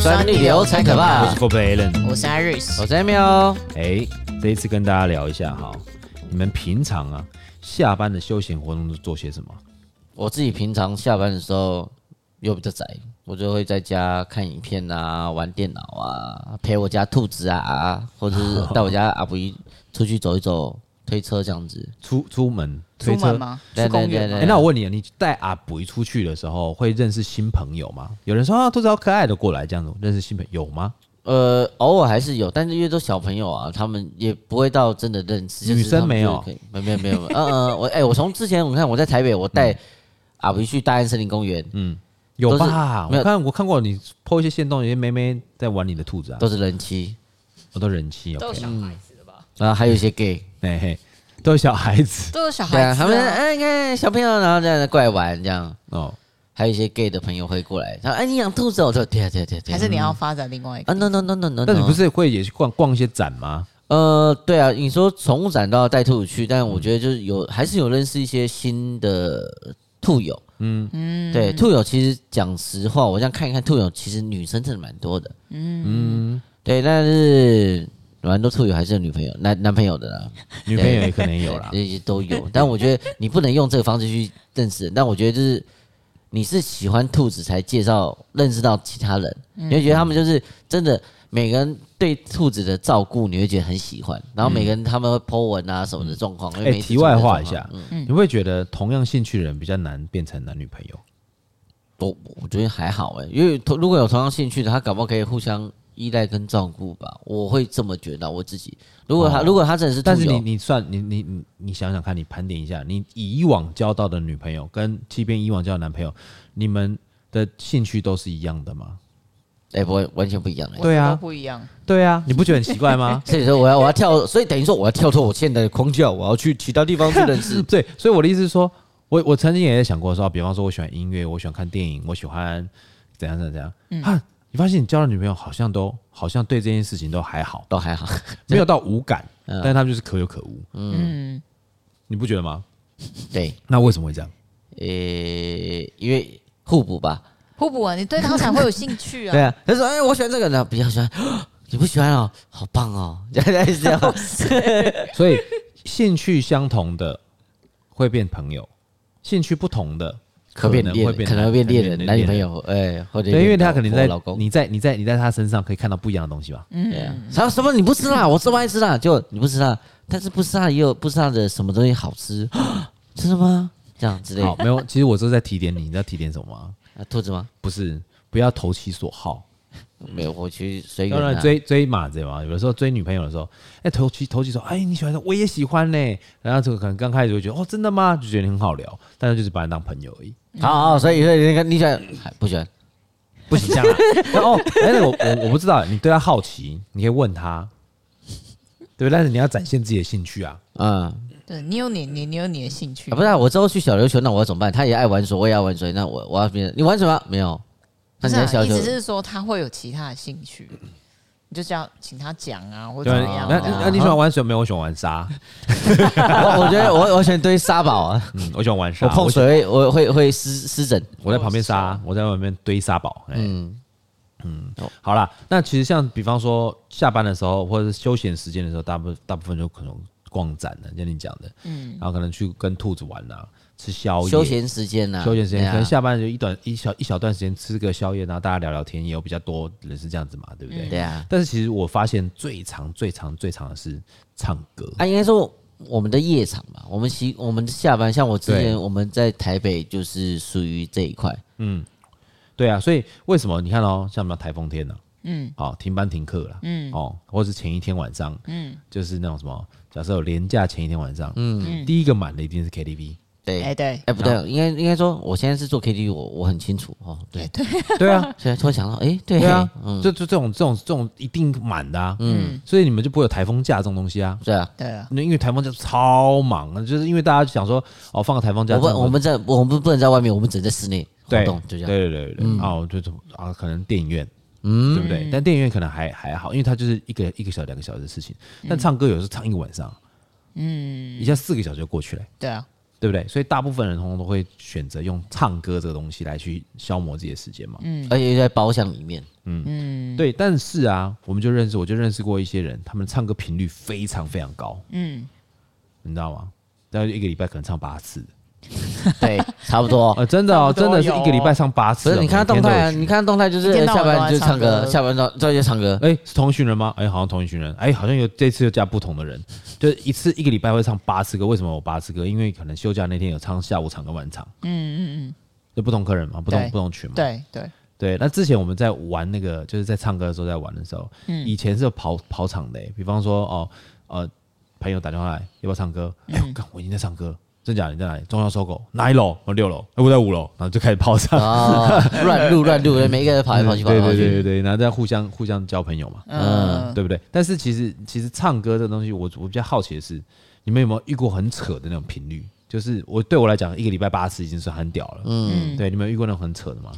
酸逆流才可我怕是。Forbes Allen。我是 Iris，我是 Emil，哎，这一次跟大家聊一下哈，你们平常啊下班的休闲活动都做些什么？我自己平常下班的时候又比较宅，我就会在家看影片啊，玩电脑啊，陪我家兔子啊，或者是带我家阿布一出去走一走，推车这样子。出出门出推门车？吗？对出公对园对吗哎，那我问你啊，你带阿布出去的时候会认识新朋友吗？有人说啊，兔子好可爱的过来这样子，认识新朋友有吗？呃，偶尔还是有，但是因为都小朋友啊，他们也不会到真的认识。就女是生他们没有就是可以，没有没有没有。嗯嗯，我哎、我从之前我看我在台北，我嗯带阿布去大安森林公园，有都是吧？没有我看我看过你 po 一些线动，有些妹妹在玩你的兔子啊，都是人妻，我都人气哦，都有小孩子的吧？然后还有一些 gay。嘿嘿，都有小孩子嗯都有小对孩啊，子他啊，们哎，你看小朋友，然后这样子过来玩，这样 哦。还有一些 gay 的朋友会过来，他说哎，你养兔子哦，我说对啊对啊对啊对啊，还是你要发展另外一啊个？ no no no no no，但你不是会也去逛逛一些展吗？呃，对啊，你说宠物展都要带兔子去，但我觉得就是有还是有认识一些新的兔友，嗯嗯，对，兔友其实讲实话，我这样看一看，兔友其实女生真的蛮多的，嗯对，但是蛮多兔友还是有女朋友男男朋友的啦，女朋友也可能有 啦。这些都有。但我觉得你不能用这个方式去认识人。但我觉得就是你是喜欢兔子才介绍认识到其他人，你会觉得他们就是真的每个人对兔子的照顾，你会觉得很喜欢。然后每个人他们会 po 文啊什么的状况。因为嗯哎、每一次题外话一出门下的状况，嗯你会觉得同样兴趣的人比较难变成男女朋友？哦我我觉得还好哎、因为同如果有同样兴趣的，他搞不好可以互相依赖跟照顾吧。我会这么觉得我自己。如果他、如果他真的是兔哦但是友你你算你你你你想想看，你盘点一下，你以往交到的女朋友跟即便以往交的男朋友，你们的兴趣都是一样的吗？哎、不会完全不一样的、？对啊都不一样。对啊，你不觉得很奇怪吗 所以说我要我要跳，所以等于说我要跳脱我现在的框架，我要去其他地方去 。认识对，所以我的意思是说，我我曾经也在想过说，啊比方说我喜欢音乐，我喜欢看电影，我喜欢怎样怎样怎样。嗯啊，你发现你交的女朋友好像都好像对这件事情都还好，都 还好，没有到无感，嗯但是他们就是可有可无。嗯，你不觉得吗？对，那为什么会这样？呃，因为互补吧，互补啊，你对他才会有兴趣啊。对啊，他说，哎，我喜欢这个呢，比较喜欢， 你不喜欢哦，好棒哦， 这样这 样， 所以兴趣相同的会变朋友，兴趣不同的可变能恋会人，变可能会变恋人，男女朋。友，哎，或者对，因为他可能在老公，你在你在你在他身上可以看到不一样的东西吧？对啊，他嗯说什么你不吃辣，我这么爱吃辣，就你不吃辣，但是不吃辣也有不吃辣的什么东西好吃， 真的吗？这样之类好，的，没有，其实我这是在提点你，你知道提点什么吗？啊兔子吗？不是，不要投其所好。没有，我去随缘当然啊。追追马子嘛，有的时候追女朋友的时候，哎、投其投其所好，哎、你喜欢的我也喜欢呢。然后这个可能刚开始会觉得哦，真的吗？就觉得你很好聊，但是就是把你当朋友而已，好好，所以所以那个你喜欢还嗯哎不喜欢？不行这 样、啊。然后哦，哎、那个我我我不知道，你对他好奇，你可以问他，对不对？但是你要展现自己的兴趣啊。嗯，对你有你，你你有你的兴趣啊，。不是、啊，我之后去小琉球，那我要怎么办？他也爱玩水，我也爱玩水，那我我要变成你玩什么？没有，那不你是在小啊，意思琉球， 是 说他会有其他的兴趣，你就叫请他讲啊，或对怎吧么样那啊那你喜欢玩水没有？我喜欢玩沙，我我觉得我我选堆沙堡啊，嗯，我喜欢玩沙。 我碰喜，水我会哎会湿湿疹，我在旁边沙，我在外面堆沙堡。哎、嗯，好啦，那其实像比方说下班的时候，或者是休闲时间的时候，大部大部分就可能逛展了，像你讲的，嗯，然后可能去跟兔子玩啊，吃宵夜，休闲时间呐，休闲时间，对啊可能下班就一段一小一小段时间吃个宵夜，然后大家聊聊天，也有比较多人是这样子嘛，对不对？对啊，但是其实我发现最长最长最长的是唱歌，啊，应该说我们的夜场吧，我们习我们下班，像我之对前我们在台北就是属于这一块，对啊，所以为什么你看哦，像什么台风天呢、嗯，哦，停班停课了，嗯，哦，或是前一天晚上，嗯，就是那种什么，假设有连假前一天晚上，嗯，第一个满的一定是 KTV，对，哎哎、对，不对，应该应该说我现在是做 KTV，我我很清楚哦，哎对，对啊，现在突然想到，哎、对对啊， 嗯，就就这种这种这种一定满的啊，嗯，所以你们就不会有台风假这种东西啊，对啊，对啊，那因为台风假超忙啊，就是因为大家就想说哦放个台风假，我这们样我们在我们不能在外面，我们只能在室内活对动，就这样。嗯对对对对，哦就是啊可能电影院。嗯，对不对？但电影院可能还还好，因为它就是一个一个小时两个嗯小时的事情。但唱歌有时候唱一个晚上，嗯，一下四个小时就过去了。对啊，对不对？所以大部分人通通都会选择用唱歌这个东西来去消磨自己的时间嘛。而且又在包厢里面，对，但是啊，我们就认识，我就认识过一些人，他们唱歌频率非常非常高，嗯，你知道吗？大概一个礼拜可能唱八次，对， 差不多。呃，真的哦，差不真多的 有是一个礼拜唱八次不哦，是，你看他动每天都有态啊，去你看他动态就是一天到下晚班就都在唱唱歌，歌下班之后之后就唱歌。 哎、是同一群人吗？哎、好像同一群人。哎、好像有这次又加不同的人，就一次一个礼拜会唱八次歌。为什么我八次歌？因为可能休假那天有唱下午场跟晚场。嗯嗯嗯，就不同客人嘛，不同对不同群嘛。对对，对，那之前我们在玩那个，就是在唱歌的时候，在玩的时候，以前是有跑跑场的、比方说哦呃，朋友打电话来要不要唱歌？哎、我干，我已经在唱歌了，真假的？你在哪里？中央搜狗哪一楼？我六楼，哎、我在五楼，然后就开始跑场。哦，乱录乱 录，每一个人跑来跑去，跑来嗯对跑对对去。对对，然后再互相互相交朋友嘛。嗯，对不对？但是其实其实唱歌这个东西，我我比较好奇的是，你们有没有遇过很扯的那种频率？就是我对我来讲，一个礼拜八次已经是很屌了。嗯，对，你们有遇过那种很扯的吗？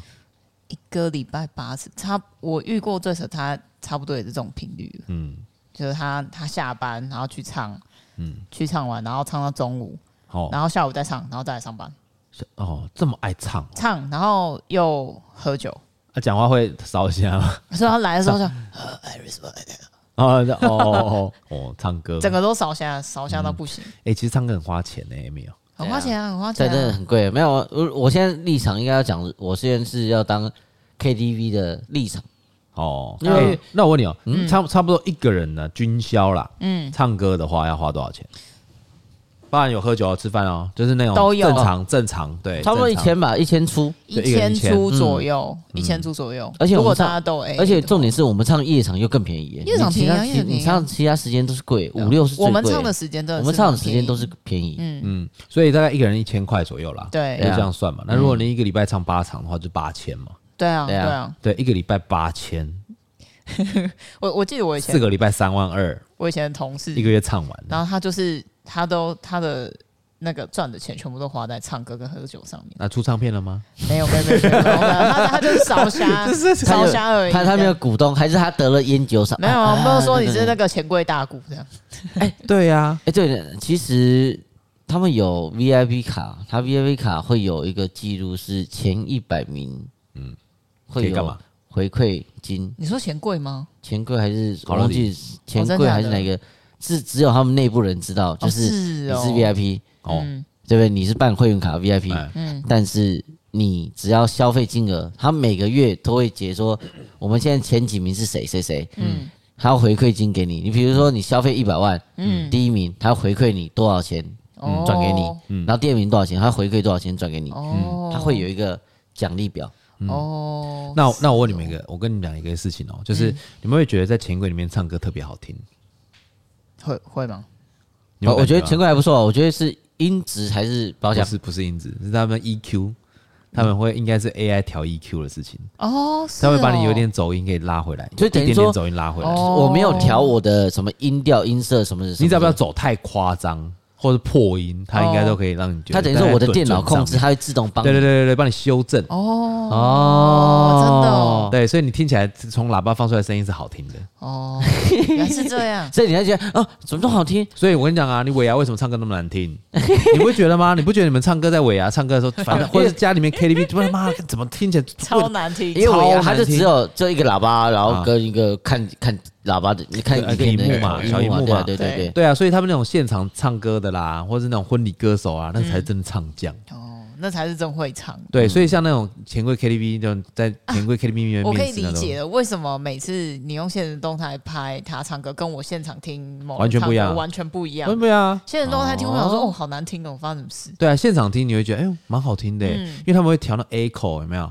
一个礼拜八次，差我遇过最少他差不多也是这种频率，嗯，就是他他下班然后去唱，嗯，去唱完然后唱到中午，哦然后下午再唱，然后再来上班，哦，这么爱唱哦，唱然后又喝酒，啊，讲话会烧香吗？ 所以他来的时候就啊，这哦哦哦哦，唱歌，整个都烧香，烧香到不行，哎，其实唱歌很花钱呢，有没有？很花钱啊，很花这钱、真的啊。很贵，没有我我现在立场应该要讲，我现在是要当 KTV 的立场，哦，因为哎那我问你哦，嗯差差不多一个人呢，均销啦，嗯，唱歌的话要花多少钱？当然有喝酒、吃饭哦，就是那种都有正常正常，对，差不多一正常千吧，一千出。一一个人千一千出左右，一千出左右。嗯而且我们如果唱大家都 A，而且重点是我们唱夜场又更便宜耶，夜场你其他便宜啊夜其场便宜啊啊你唱其他时间都是贵，五六是最我们贵唱的时间真的我是们唱的很时间便宜都是便宜，嗯，所以大概一个人一千块左右啦，对就这样嗯算嘛。那如果你一个礼拜唱八场的话，就八千嘛。对啊对对啊啊。对，一个礼拜八千，我我记得我以四前个礼拜三万二，我以前的同事一个月唱完然后他就是他都他的那个赚的钱全部都花在唱歌跟喝酒上面，那出唱片了吗？没有没有没有，没有没有他他就是 烧虾，他烧有虾而已。他他没有股东，还是他得了烟酒上？没有，啊我没有说你对对是那个钱柜大股这样，对呀，哎，对了，其实他们有 VIP 卡，他 VIP 卡会有一个记录是前一百名，嗯，可会以干嘛有回馈金，你说钱柜吗？钱柜还是好我了忘记钱真柜的还是假的哪一个，是只有他们内部人知道，就哦是是你哦嗯是 VIP，哦，对不对？你是办会员卡 VIP，哎但是你只要消费金额，他每个月都会解说我们现在前几名是谁谁谁，嗯，他回馈金给你。你比如说你消费一百万，嗯，第一名他回馈你多少钱，哦转给你，嗯然后第二名多少钱，他回馈多少钱转给你，哦，他会有一个奖励表。哦，那那我问你们一个，我跟你们讲一个事情哦，就是嗯你们会觉得在钱柜里面唱歌特别好听？会会吗？你我们哦我觉得感钱吗柜还不错，我觉得是音质还是保不奖。是不是音质，是他们 EQ，他们会应该是 AI 调 EQ 的事情，哦，是他会把你有哦点走音给拉回来，就等于一点点说走音拉回来。哦我没有调我的什么音调、音色什么的，什么的你只要不要走太夸张或者破音，它应该都可以让你觉得。它哦等于说我的电脑控制，它会自动帮你，对对对对对，帮你修正。哦哦真的哦对，所以你听起来从喇叭放出来的声音是好听的。哦，原来是这样所以你会觉得啊，怎么都好听，所以我跟你讲啊，你尾牙为什么唱歌那么难听？ 你不会觉得吗？你不觉得你们唱歌在尾牙唱歌的时候，反正 或者是家里面 KTV，他妈怎么听起来超难听因，为我以为超它难哦就听只有就一个喇叭，然后啊跟一个看看喇叭的，你看呃影片的荧幕嘛小荧幕对啊嘛对对对。对啊，所以他们那种现场唱歌的啦，或者是那种婚礼歌手啊，那嗯才真的唱将。哦，那才是真会唱。对，所以像那种钱柜 KTV，就在钱柜 KTV 里面，啊我可以理解了，为什么每次你用现实动态拍他唱歌，跟我现场听某完全人不一样唱歌完全不一样会。不会啊？现实动态听我想说，哦，好难听哦，发生什么事？对啊，现场听你会觉得，哎呦，蛮好听的耶，嗯因为他们会调那 A 口，有没有？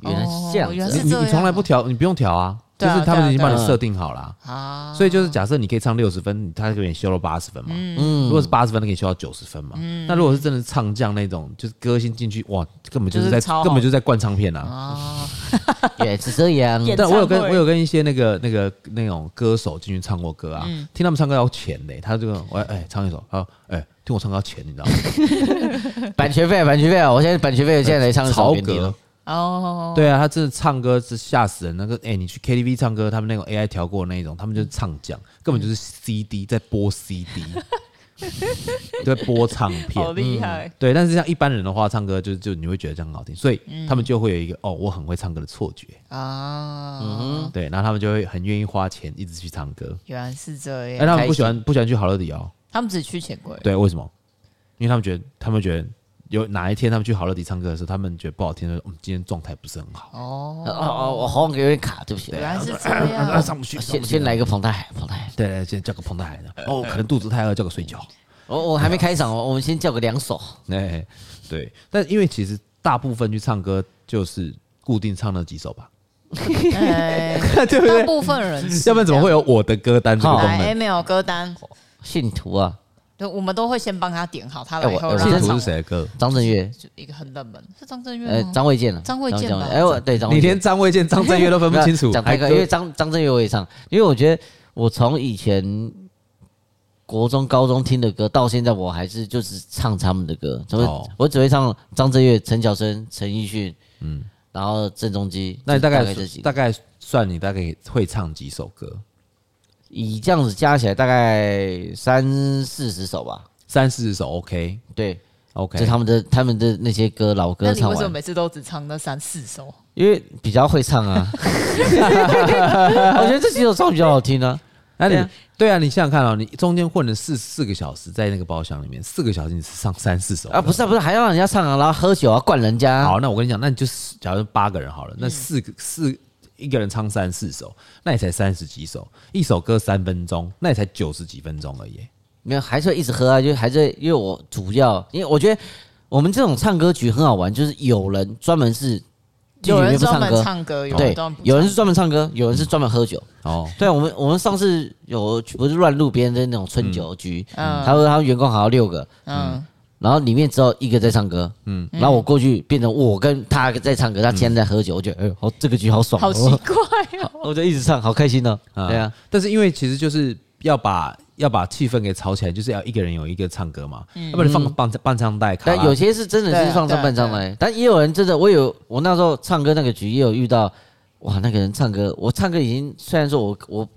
原来是这样哦子原啊来你 啊是你这你样从来不调，你不用调啊，就对啊是他们已经对啊帮你对啊设定好啦。啊？所以就是假设你可以唱六十分，他给你修了八十分嘛。嗯如果是八十分，那可以修到九十分嘛。那如果是真的唱将那种，就是歌星进去，哇，根本就是就是在超好根本就是在灌唱片啊。啊，原来是这样，演但我有跟唱会我有跟一些那个那个那种歌手进去唱过歌啊，嗯听他们唱歌要钱的，他这个我哎唱一首，他说哎听我唱歌要钱，你 知道吗？版权费，版权费啊！我现在版权费，现在来唱一首曹给你格了。，哦，对啊，他真的唱歌是吓死人。那个哎、你去 KTV 唱 嗯歌，他们那种 AI 调过的那一种，他们就是唱将，根本就是 CD 在播 CD，就在播唱好片。厉害，对，但是像一般人的话，唱歌就就你会觉得这样很好听，所以嗯他们就会有一个哦，我很会唱歌的错觉。嗯啊，对，然后他们就会很愿意花钱一直去唱歌。原来是这哎、样。他们不喜欢不喜欢去好乐迪哦，他们只去钱柜，对，为什么？因为他们觉得他们觉得有哪一天他们去好乐迪唱歌的时候，他们觉得不好听，说嗯，今天状态不是很好。哦，哦哦，我喉咙有点卡，对不起。原 来是这 样。啊上不去先先来一个彭大海，彭大海。对对，先叫个彭大海的。哦，可能肚子太饿，叫个水 饺。我我还没开嗓，我我们先叫个两首。哎，对，但因为其实大部分去唱歌就是固定唱那几首 吧，哎对不大对？部分人是要不然怎么会有我的歌单这个好哎功来能？ email 哎歌单？信徒啊，对，我们都会先帮他点好，他哎来以我后哎我让信他真徒唱是谁哎的歌？张震岳，就一个很冷门，是张震岳呃，吗？张卫健啊，张卫健吧哎，我对张卫你健，连张卫健、张震岳都分不清楚， 讲那个，因为张张震岳我也唱，因为我觉得我从以前国中、高中听的歌，到现在我还是就是唱他们的歌，怎么、哦我只会唱张震岳、陈小春、陈奕迅，嗯，然后郑中基，那你就大大概这几大个，概算你大概会唱几首歌？以这样子加起来大概三四十首吧，三四十首，OK 对，就 OK。他们的他们的那些歌老那歌你唱为什么完，每次都只唱那三四首？因为比较会唱 啊，我觉得这几首唱比较好听啊，那对你啊对啊，你想想看啊，你中间混了四四个小时在那个包厢里面，四个小时你只唱三四首啊不是。是、啊、不是还要让人家唱啊，然后喝酒啊灌人家啊、好，那我跟你讲，那你就是假如八个人好了，嗯那四个、四一个人唱三四首，那你才三十几首，一首歌三分钟，那你才九十几分钟而已。没有，还是会一直喝啊，就还是会因为我主要，因为我觉得我们这种唱歌局很好玩，就是有人专门是进有去里人面不专唱门歌，唱歌，有人对专门，不有人唱是专门唱歌，有人是专门喝酒。哦， 对，啊我们我们上次有不是乱入别人的那种春酒局，嗯他说他们员工好像六个，嗯然后里面只有一个在唱歌，嗯，然后我过去变成我跟他在唱嗯歌，他今天在喝酒，我觉得哎呦，好这个局好爽哦，好奇怪哦。 我就一直唱，好开心哦，对啊，，但是因为其实就是要把要把气氛给炒起来，就是要一个人有一个唱歌嘛，要不然你放伴伴唱带卡拉。嗯但有些是真的对是啊放对啊上半张来，但也有人真的，我有我那时候唱歌那个局也有遇到，哇，那个人唱歌，我唱歌已经虽然说我我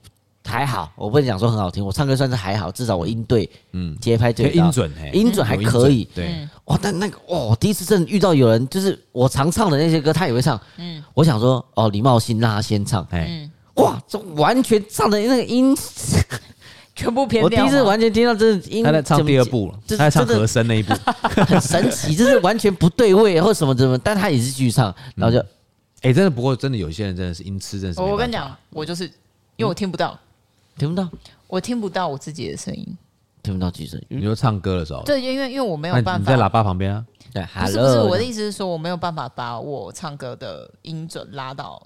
还好，我不能讲说很好听，我唱歌算是还好，至少我音对，嗯，节拍对对得到音，准嘿，音准还可以有音准对，哇，哦但那个哇，我第一次真的遇到有人就是我常唱的那些歌，他也会唱，嗯，我想说哦，李茂兴让他先唱，哎，哇，这完全唱的那个音，全部偏我第掉一吗。次完全听到这音，他在唱怎么第二解部了，这他在唱真的和声那一部。很神奇，就是完全不对位 或什么什么，但他也是继续唱，然嗯后就哎，真的，不过真的有些人真的是音痴，真的是没办法。我跟你讲，我就是因为我听不到，听不到，我听不到我自己的声音。听不到举手。你说唱歌的时候，对，因为因为我嗯没那有你办你在喇法。叭旁边啊，对不是不是， ，hello 我的意思是说，我没有办法把我唱歌的音准拉到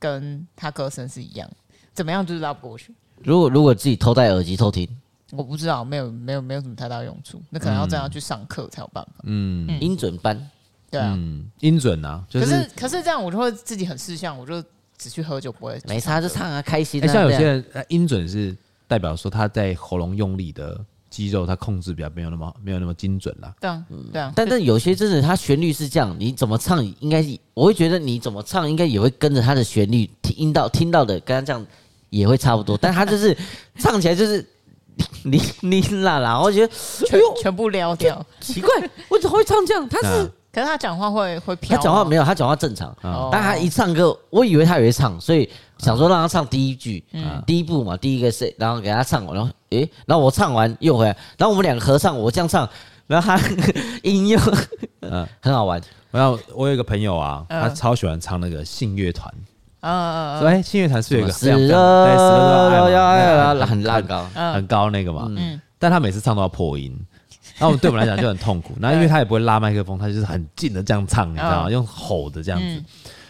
跟他歌声是一样，怎么样就是拉不过去。如果如果自己偷戴耳机偷听，我不知道，没有没有没有什么太大用处，那可能要真的要去上课才有办法。音准班，对啊，嗯，音准啊，就可是是可是这样我就会自己很识相，我就只去喝酒不会去没差就唱啊，开心哎、啊。像有些对啊人呃音准是代表说他在喉咙用力的肌肉，他控制比较没有那么没有那么精准啦。对啊对啊，但但有些真的，它旋律是这样，你怎么唱应该，我会觉得你怎么唱应该也会跟着它的旋律听到听到的，跟他这样也会差不多。但 他就是唱起来就是 你你啦啦，我觉得哎全呦全部撩掉。奇怪，我怎么会唱这样？他是可是他讲话会会他飘吗，讲话没有，他讲话正常，嗯哦，但他一唱歌，我以为他也会唱，所以想说让他唱第一句，啊第一步嘛，第一个是，然后给他唱完，然后诶、然后我唱完又回来，然后我们两个合唱，我这样唱，然后他 音又，嗯， 很好玩，然后我有一个朋友啊，嗯他超喜欢唱那个信乐团，嗯嗯说哎，信乐团是有一个非死常非常对哎死了了要要爱嘛要那要个很烂高，嗯很高那个嘛，但他每次唱都要破音。那我们对我们来讲就很 痛苦，然后因为他也不会拉麦克风，他就是很近的这样唱，你知哦道吗？用吼的这样嗯子，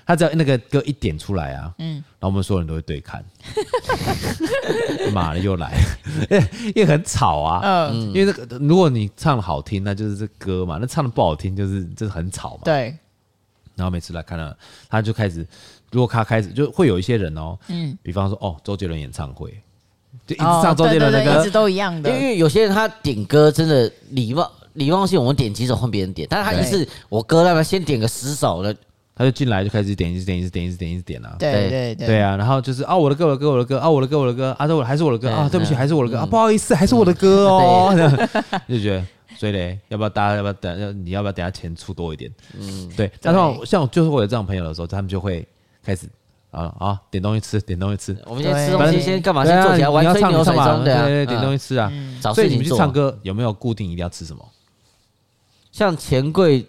他只要那个歌一点出来啊，嗯，然后我们所有人都会对 看，妈的又来，因为很吵啊，嗯，因为那个如果你唱的好听，那就是这歌嘛；那唱的不好听，就是就是很吵嘛。对，然后每次来看到他就开始，如果他开始就会有一些人哦，嗯，比方说哦，周杰伦演唱会，就一直哦唱周杰伦的对对对一歌直，都一样因的，为有些人他点歌真的礼貌礼貌性，我们点几首换别人点，但是他一次我歌那边先点个十首的，他就进来就开始点一直点一直点一直点一直点啊，对对对对对啊，然后就是啊我的歌我的歌我的歌啊我的歌我的歌啊这我还是我的歌啊对不起还是我的歌啊不好意思还是我的歌哦，这样 就觉得。所以嘞，要不要大家要不要等？要你要不要等下钱出多一点？嗯，对。但是我像就是我有这样朋友的时候，他们就会开始啊啊点东西吃，点东西吃，我们先吃东反西，正先干嘛？对先啊坐起来你玩要吹唱牛你水唱嘛中的啊，对对，嗯点东西吃啊。找所以事你们情去做。唱歌有没有固定一定要吃什么？像钱柜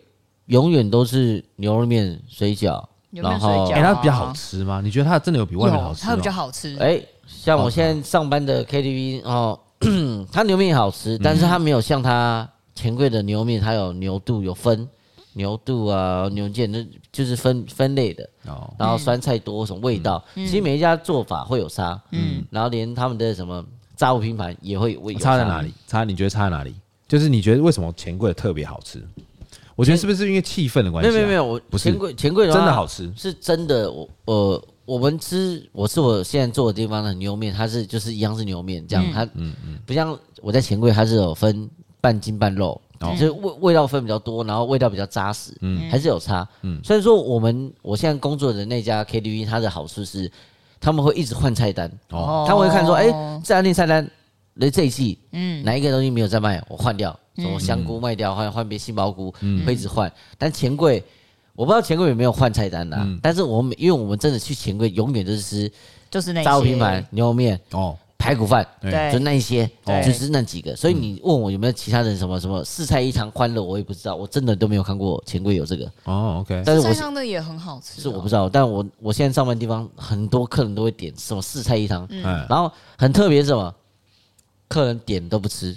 永远都是牛肉面、水饺，牛肉面然后水哎、饺它比较好吃吗？你觉得它真的有比外面好有吃吗？它比较好吃，哎、像我现在上班的 KTV 哦， 它牛面好嗯吃，但是它没有像它钱柜的牛面，它有牛肚有分牛肚啊、牛腱，那就是分分类的。哦，然后酸菜多什么味道，嗯其实每一家做法会有差，嗯，然后连他们的什么炸物拼盘也会有有差在哪里？差你觉得差在哪里？就是你觉得为什么钱柜的特别好吃？我觉得是不是因为气氛的关没系、有啊？嗯没有没有，啊我不是钱柜钱柜真话的好吃是真的。我呃，我们吃我吃我现在做的地方的牛面，它是就是一样是牛面这样，它嗯嗯，不像我在钱柜，它是有分半筋半肉，就是味味道分比较多，然后味道比较扎实，哦嗯，还是有差。嗯，虽然说我们我现在工作的那家 KTV，它的好处是他们会一直换菜单，哦他们会看说，哎、这家店菜单，那这一季，嗯，哪一个东西没有在卖，我换掉，嗯什么香菇卖掉，换换别杏鲍菇，会一直换。但钱柜，我不知道钱柜有没有换菜单啦、啊但是我们因为我们真的去钱柜，永远都是吃就是那炸物些拼盘、牛肉面、哦，排骨饭，对就那一些，对就是那几个。所以你问我有没有其他人什么什么四菜一汤欢乐，我也不知道，我真的都没有看过钱柜有这个。哦，OK，但是我山是上的也很好吃哦，是我不知道，但我我现在上班地方很多客人都会点什么四菜一汤，嗯，然后很特别是什么，客人点都不吃，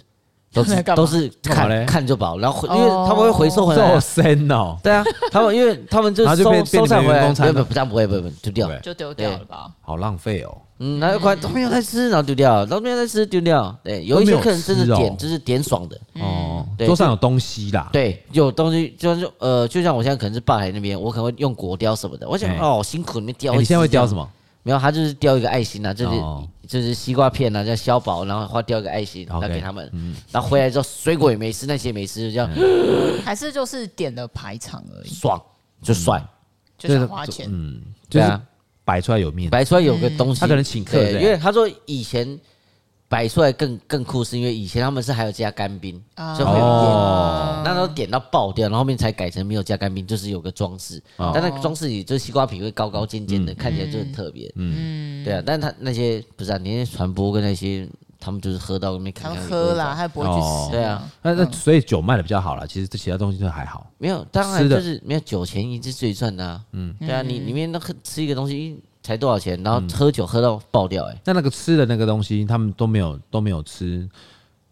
都那是干嘛都是干嘛嘞看看就饱，然后回哦因为他们会回收回来肉啊。身哦，对啊，他们因 为他们就然后就收变变收你们菜回员来，工餐不了不不，这样不会不会不会丢掉对，就丢掉了吧？好浪费哦。嗯，然后快都没有在吃，然后丢掉，都没有在吃丢掉，对，有一些客人真都的没有吃哦点就是点爽的，哦，嗯对桌上有东西啦，哎对，有东西就是呃，就像我现在可能是吧台那边，我可能会用果雕什么的，我想哎哦辛苦你们雕哎、一只这样，你现在会雕什么？没有，他就是雕一个爱心啊，就是、哦就是西瓜片啊，叫削薄，然后花雕一个爱心，然后 OK，嗯给他们。然后回来之后，水果也没吃，那些也没吃，就这样、还是就是点了排场而已，爽就帅，就想花钱，嗯，就对是啊，摆出来有面子。摆出来有个东西。他可能请客对，对因为他说以前摆出来更更酷，是因为以前他们是还有加干冰，啊所以会有哦烟，那时候点到爆掉，然后后面才改成没有加干冰，就是有个装饰，哦但那个装饰也就是西瓜皮会高高尖嗯尖的，看起来就很特别。嗯，对啊，但他那些不是啊，你那些传播跟那些他们就是喝到那边，他们喝啦，，他也不会去哦嗯吃，对啊，那那所以酒卖的比较好啦，其实这其他东西都还好。没有，当吃然的就是没有酒钱一是最赚的啊。嗯，对啊，你里面那喝吃一个东西才多少钱，然后嗯喝酒喝到爆掉，哎，那那个吃的那个东西，他们都没有都没有吃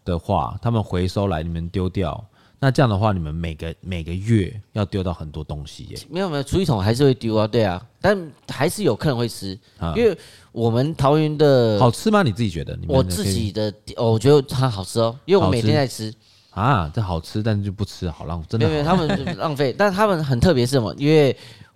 的话，他们回收来你们丢掉，那这样的话，你们每个每个月要丢到很多东西耶。没有没有，厨余桶还是会丢啊，对啊，但还是有客人会吃，因为我们桃园的啊好吃吗？你自己觉得？你们呃我的自可以己的，哦我觉得它好吃哦，因为我好吃每天在吃，啊，这好吃，但是就不吃，好浪，真没的有没有，好他们就浪费， 但他们很特别是什么？因为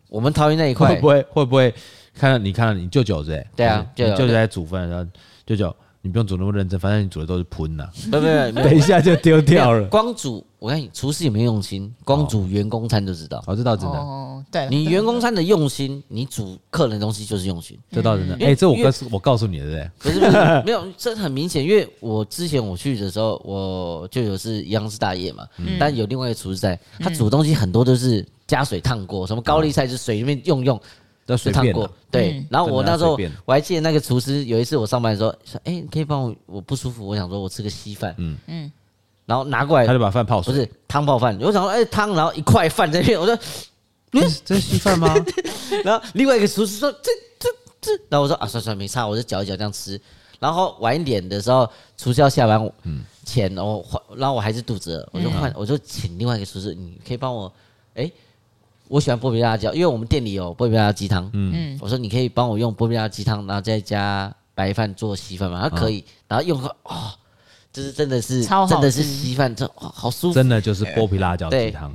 我们桃园那一会 块不，会会不会看到你看到你舅舅在？对啊就是你舅舅舅舅对在煮饭，然后舅舅你不用煮那么认真，反正你煮的都是喷呐，没有没有没有等一下就丢掉了。光煮，我看你厨师有没有用心，光煮员工餐就知道，哦，这倒真的，哦，对了，你员工餐的用心，你煮客人的东西就是用心。这倒真的。因为哎，这我因为告诉我告诉你的，对不对不是不是，没有，这很明显，因为我之前我去的时候，我就有是一样是大业嘛，嗯但有另外一个厨师在，他煮的东西很多都是加水烫过，什么高丽菜就水里面用用都就随烫便过啦。，对嗯。然后我真的那要时候随便我还记得那个厨师有一次我上班的时候说，哎，你可以帮我，我不舒服，我想说我吃个稀饭，嗯嗯，然后拿过他来就把饭泡不水。是汤泡饭，我想说哎汤，然后一块饭在那边，我说，这是这是稀饭吗？ 然后另外一个厨师说这这这，然后我说啊算算没差，我就搅一搅这样吃。然后晚一点的时候，厨师要下班前，然后换，然后我还是肚子饿，我就换，我就请另外一个厨师，你可以帮我，哎，我喜欢波比辣椒，因为我们店里有波比辣椒鸡汤，嗯，我说你可以帮我用波比辣椒鸡汤，然后再加白饭做稀饭吗？他可以，然后用个哦，就是真的是超好真的是吃稀饭，这哦好舒服，真的就是剥皮辣椒鸡对汤。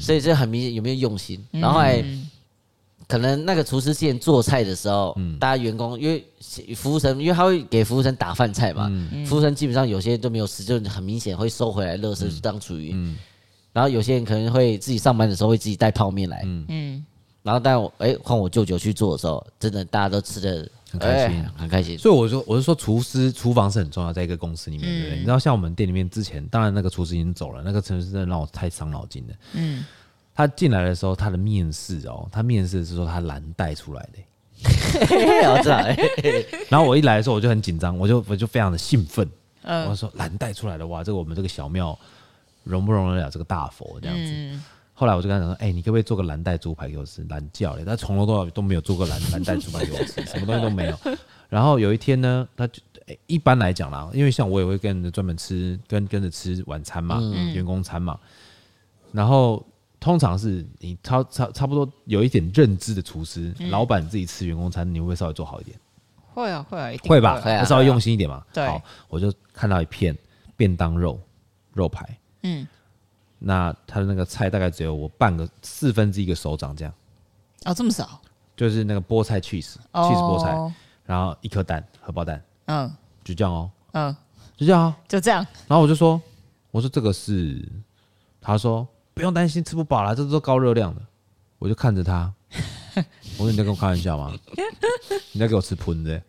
所以这很明显有没有用心。嗯然后后来可能那个厨师之前做菜的时候，大家员工因为服务生，因为他会给服务生打饭菜嘛，嗯服务生基本上有些都没有吃，就很明显会收回来垃圾当厨余。然后有些人可能会自己上班的时候会自己带泡面来，嗯，然后但我哎换、我舅舅去做的时候，真的大家都吃的很开心很开心。所以我说，我是说，厨师厨房是很重要，在一个公司里面，对不对？你知道，像我们店里面之前，当然那个厨师已经走了，那个厨师真的让我太伤脑筋了。嗯，他进来的时候，他的面试哦，他面试是说他蓝带出来的欸、 我知道，哎 然后我一来的时候，我就很紧张，我就我就非常的兴奋，我就说蓝带出来了，哇，这个我们这个小庙容不容得了这个大佛这样子。后来我就跟他讲说，哎、你可不可以做个蓝带猪排给我吃？蓝教嘞，他从头到尾都没有做过蓝蓝带猪排给我吃，什么东西都没有。然后有一天呢，他就、哎一般来讲啦，因为像我也会跟着专门吃跟跟着吃晚餐嘛，员工餐嘛，然后通常是你差差差不多有一点认知的厨师，老板自己吃员工餐，你会不会稍微做好一点？会啊会啊，一定会吧，会啊还是要用心一点嘛。对好，我就看到一片便当肉肉排，嗯，那它的那个菜大概只有我半个四分之一个手掌这样，哦，这么少就是那个菠菜 cheese cheese 菠菜，哦，然后一颗蛋荷包蛋，嗯就这样哦，嗯，就这样哦。就这样，然后我就说，我说这个是，他说不用担心吃不饱啦，这都高热量的。我就看着他， 我说你在跟我开玩笑吗？ 你在给我吃喷的？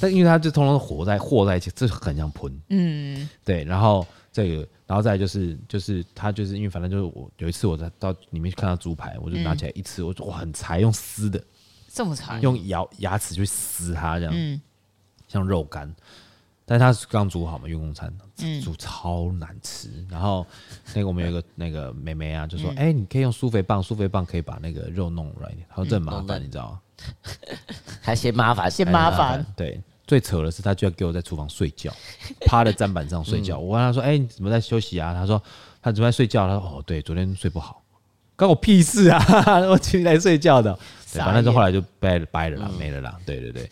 但因为他就通常火在和在一起，这很像喷。嗯，对。然后这个，然后再来就是就是他就是因为反正就是我有一次我在到里面看到猪排，我就拿起来一吃，我就哇很柴，用撕的，这么嗯长，用咬牙齿去撕它，这样，像肉干。但是它是刚煮好嘛，用工餐煮超难吃。然后那个我们有一个那个妹妹啊，就说：“哎、你可以用苏肥棒，苏肥棒可以把那个肉弄软一点。”她说：“这很麻弄烦，嫩你知道吗还嫌麻烦，嫌麻烦？”啊对，最扯的是她居然给我在厨房睡觉， 趴在砧板上睡嗯觉。我问她说：“哎、你怎么在休息啊？”她说：“她怎么在睡觉？”她说：“哦，对，昨天睡不好。”关我屁事啊！ 我今天来睡觉的。对，傻反正就眼嗯后来就掰了掰了啦，没了啦。对对对，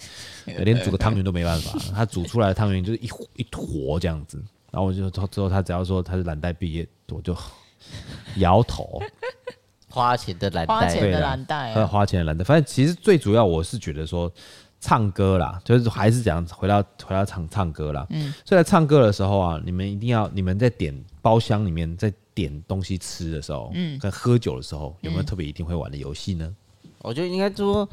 连煮个汤圆都没办 法。他煮出来的汤圆就是一坨一坨这样子。然后我就之后之后他只要说他是蓝带毕业，我就摇头。花钱的蓝花带钱，对的啦蓝带他啊，花钱的懒得，反正其实最主要我是觉得说唱歌啦，就是还是讲回到回到唱唱歌啦。嗯，所以在唱歌的时候啊，你们一定要你们在点包厢里面在点东西吃的时候，嗯，跟喝酒的时候，有没有特别一定会玩的游戏呢？我觉得应该说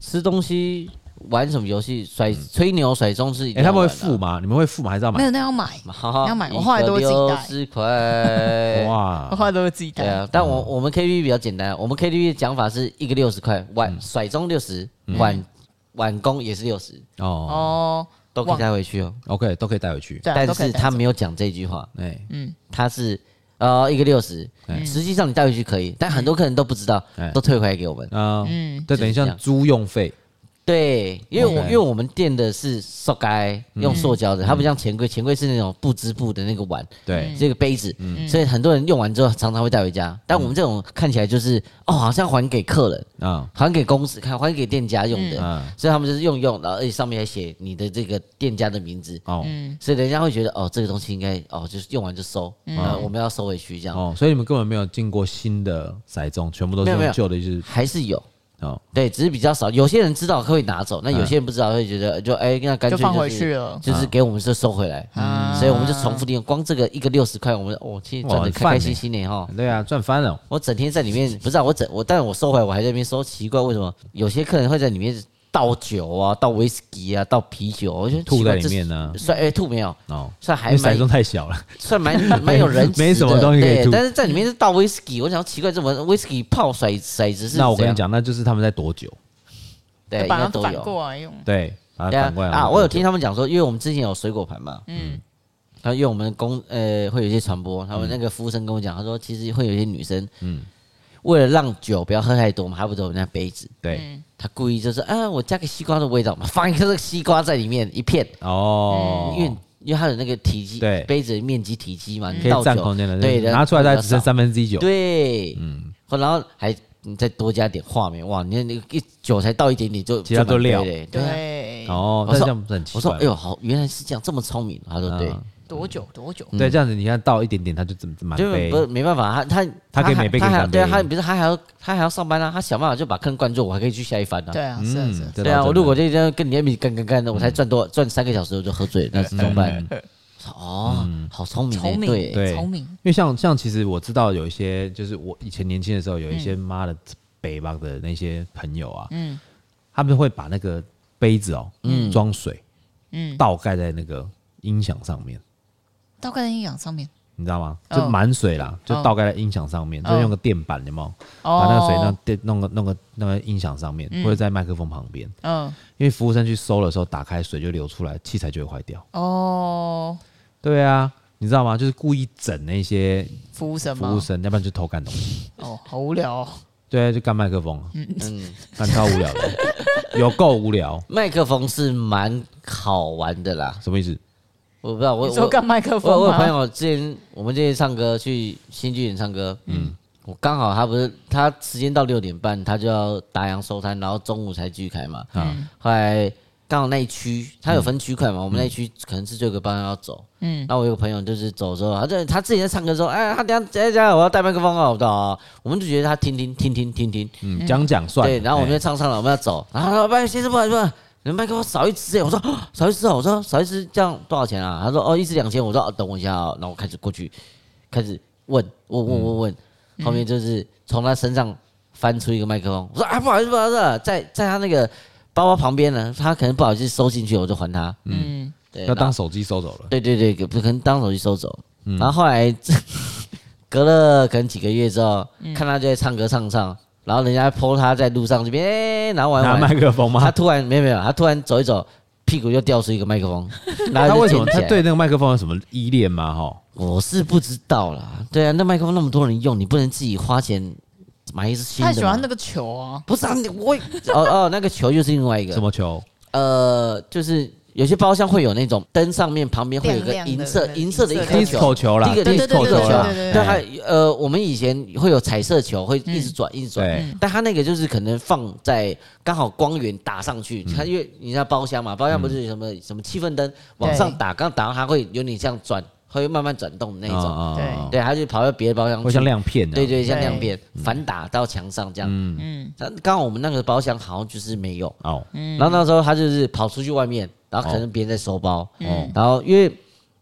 吃东西玩什么游戏，甩吹牛甩钟是一嗯哎、定他要们玩会的啊。付吗？你们会付吗？还是要没买。有？那要买，好，要买我后来都会自己带十块 哇我，后来都是自己带对，啊，但我我们 KTV 比较简单，我们 KTV 的讲法是一个六十块，嗯晚甩钟六十，晚晚工也是六十，哦哦，都可以带回去哦。 ，OK，都可以带回去。对啊，但都可以是带他走没有讲这句话，哎、他是呃一个六十，嗯实际上你带回去可以，但很多客人都不知道嗯，都退回来给我们。啊、嗯，对，等于就是像这样租用费，对，因为我 OK 嗯因为我们店的是塑胶，用塑胶的，它不像钱柜，钱柜是那种不织布的那个碗，对，嗯这个杯子，嗯所以很多人用完之后常常会带回家。但我们这种看起来就是哦，好像还给客人，啊、还给公司看，还给店家用的，啊、所以他们就是用用，然后而且哎上面还写你的这个店家的名字，哦、嗯所以人家会觉得哦，这个东西应该哦，就是用完就收，啊，我们要收回去这样，哦哦，所以你们根本没有进过新的骰盅，全部都是没有没用有旧的，就是还是有。哦，嗯对，只是比较少，有些人知道会拿走，那有些人不知道会觉得就哎，那干就脆放回是去了，啊就是给我们就收回来，嗯所以我们就重复利用。光这个一个六十块，我们哦，其实赚哇的很开开泛心欸心的哈。对啊，赚翻了，我整天在里面，不是、啊、我整我，但我收回来我还在那边收，奇怪为什么有些客人会在里面倒酒啊、倒威士忌啊、倒啤酒，我觉得吐在里面呢、算哎、吐没有，哦，算嗯因还为骰蛮盅太小了，算蛮 蛮有人情的没什么东西可以对吐但是在里面是倒威士忌，我想奇怪怎么威士忌泡骰骰子是那我怎跟你样，讲，那就是他们在躲酒，对，应把该它都反有。过来用，对，把对它啊反过来啊！我有听他们讲说，因为我们之前有水果盘嘛，嗯，然后因为我们公呃会有一些传播，他们那个服务生跟我讲，他说其实会有一些女生，嗯，为了让酒不要喝太多嘛，还不得有那杯子，对，他故意就是啊，我加个西瓜的味道嘛，放一颗这个西瓜在里面一片，哦，嗯因为因为它有那个体积，对杯子的面积体积嘛，你可倒以占酒空间的，对，拿出来大概只剩三。三分之一酒，对，嗯，然后还你再多加点话梅，哇，你看那个一酒才倒一点点就，其他就都满料杯嘞对啊。对，哦，我那这说样不是很奇我说怪吗？嗯哎呦，好，原来是这样，这么聪明。他说对，多久多久？对，这样子你看到一点点，他就怎么满就是杯不，是没办法，他他他可以还每杯给他你还要三对啊，杯他比如说他还要他还要上班啊，他想办法就把客人灌醉，我还可以去下一番啊。对啊，是啊是啊，嗯这对倒啊，真我的如果这天跟你一起干干干的，我才赚多赚三个小时我就喝醉了，那怎么办？哦，好聪明欸，聪明对嗯对聪明嗯因为像像其实我知道有一些，就是我以前年轻的时候，有一些妈的北方的那些朋友啊，嗯，他们会把那个杯子哦，嗯，装水，嗯，倒盖在那个音响上面，倒盖在阴阳上面，你知道吗？哦就满水啦，就哦倒盖在音响上面，哦就用个垫板，有没有？哦，把那个水弄垫弄个弄个弄个音响上面，或者在麦克风旁边，嗯，因为服务生去收的时候，打开水就流出来，器材就会坏掉。哦，对啊，你知道吗？就是故意整那些服务生服吗？务生，要不然就偷干东西。哦，好无聊、哦，对，就干麦克风啊，嗯，干超无 聊的，有够无聊，麦克风是蛮好玩的啦，什么意思？我不知道我你说我干麦克我风我有朋吗？友之前我们之前唱歌去新剧演唱歌，嗯，我刚好他不是他时间到六点半，他就要打烊收摊，然后中午才继续开嘛。嗯后来刚好那一区他有分区块嘛，我们那一区可能是就有个班要走，嗯，那我有个朋友就是走之后，他就他自己在唱歌说，哎，他等一下等一下我要带麦克风哦，我不知道啊，我们就觉得他听听听听听听，嗯，讲讲算。对，然后我们哎就唱唱了，我们要走，然后他说：“不好意哎思先生，不好意思，不好意思你的麦克风少一支。”哎，我说啊：“少一支哦。”我说：“少一支这样多少钱啊？”他说：“哦，一支两千。”我说：“哦，等我一下哦。”然后我开始过去，开始问问问问问，后面就是从他身上翻出一个麦克风，我说：“啊，不好意思，不好意思，在在他那个包包旁边呢，他可能不好意思收进去，我就还他。”嗯，对，要然后当手机收走了。对对对，可可能当手机收走。嗯然后后来隔了可能几个月之后，看他就在唱歌唱唱，然后人家 PO 他在路上这边，哎，然后玩拿玩，麦克风他吗？突然没有没有，他突然走一走，屁股又掉出一个麦克 风，然后他就为什么捡起他来对那个麦克风有什么依恋吗？哈，我是不知道啦。对啊，那麦克风那么多人用，你不能自己花钱买一支新他的很吗？喜欢那个球啊，不是啊，你我也哦哦，那个球又是另外一个什么球？呃，就是有些包厢会有那种灯上面旁边会有一个亮亮的银色那个银色的一银色颗的球 disco。球啦第一个对对对，disco 对对球啦对对对，哎还呃，我们以前会有彩色球，会一直转，一直转对。但它那个就是可能放在刚好光源打上去，它因为你知道包厢嘛，包厢不是有什么什么气氛灯往上打，刚打到它会有点像转，会慢慢转动的那种。啊啊啊啊对，它就跑到别的包厢会去像，亮片啊。对对，像对亮片反打到墙上这样。嗯，嗯，它刚好我们那个包厢好像就是没有，哦，然后那时候他就是跑出去外面，然后可能别人在收包，哦然后因为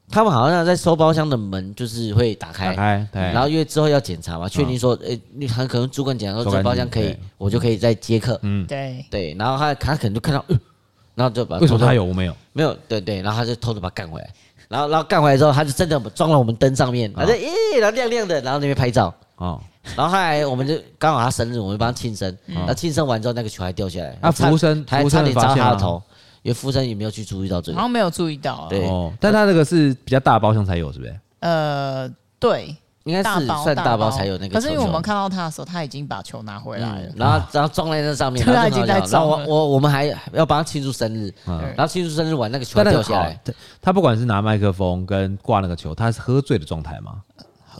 他们好像在收包厢的门就是会打打开，开，对，然后因为之后要检查嘛，确定说，诶，你很可能主管检查说收这干包厢净可以对，嗯我就可以再接客，对，对，然后他他可能就看到，呃然后就把为什么偷偷他有我没有？没有？对对，然后他就偷偷把它干回来，然后然后干回来之后，他就真的装了我们灯上嗯面，然后就咦，然后亮亮的，然后那边拍照，哦，然后后来我们就刚好他生日，我们帮他庆生，那庆生完之后那个球还掉下来，啊嗯服务生他服务生差点有发砸现他的吗头，因为服务生也没有去注意到这好个，像没有注意到啊，对哦，但他那个是比较大包厢才有，是不是？呃，对，应该大是包算大大包才有那个球球。可是因为我们看到他的时候，他已经把球拿回来了嗯，，然后然后撞在那上面，对啊然后他已经正好在这样然后撞了我我我们还要帮他庆祝生日，对然后庆祝生日完那个球嗯但那掉个下好来，，他他不管是拿麦克风跟挂那个球，他是喝醉的状态嘛，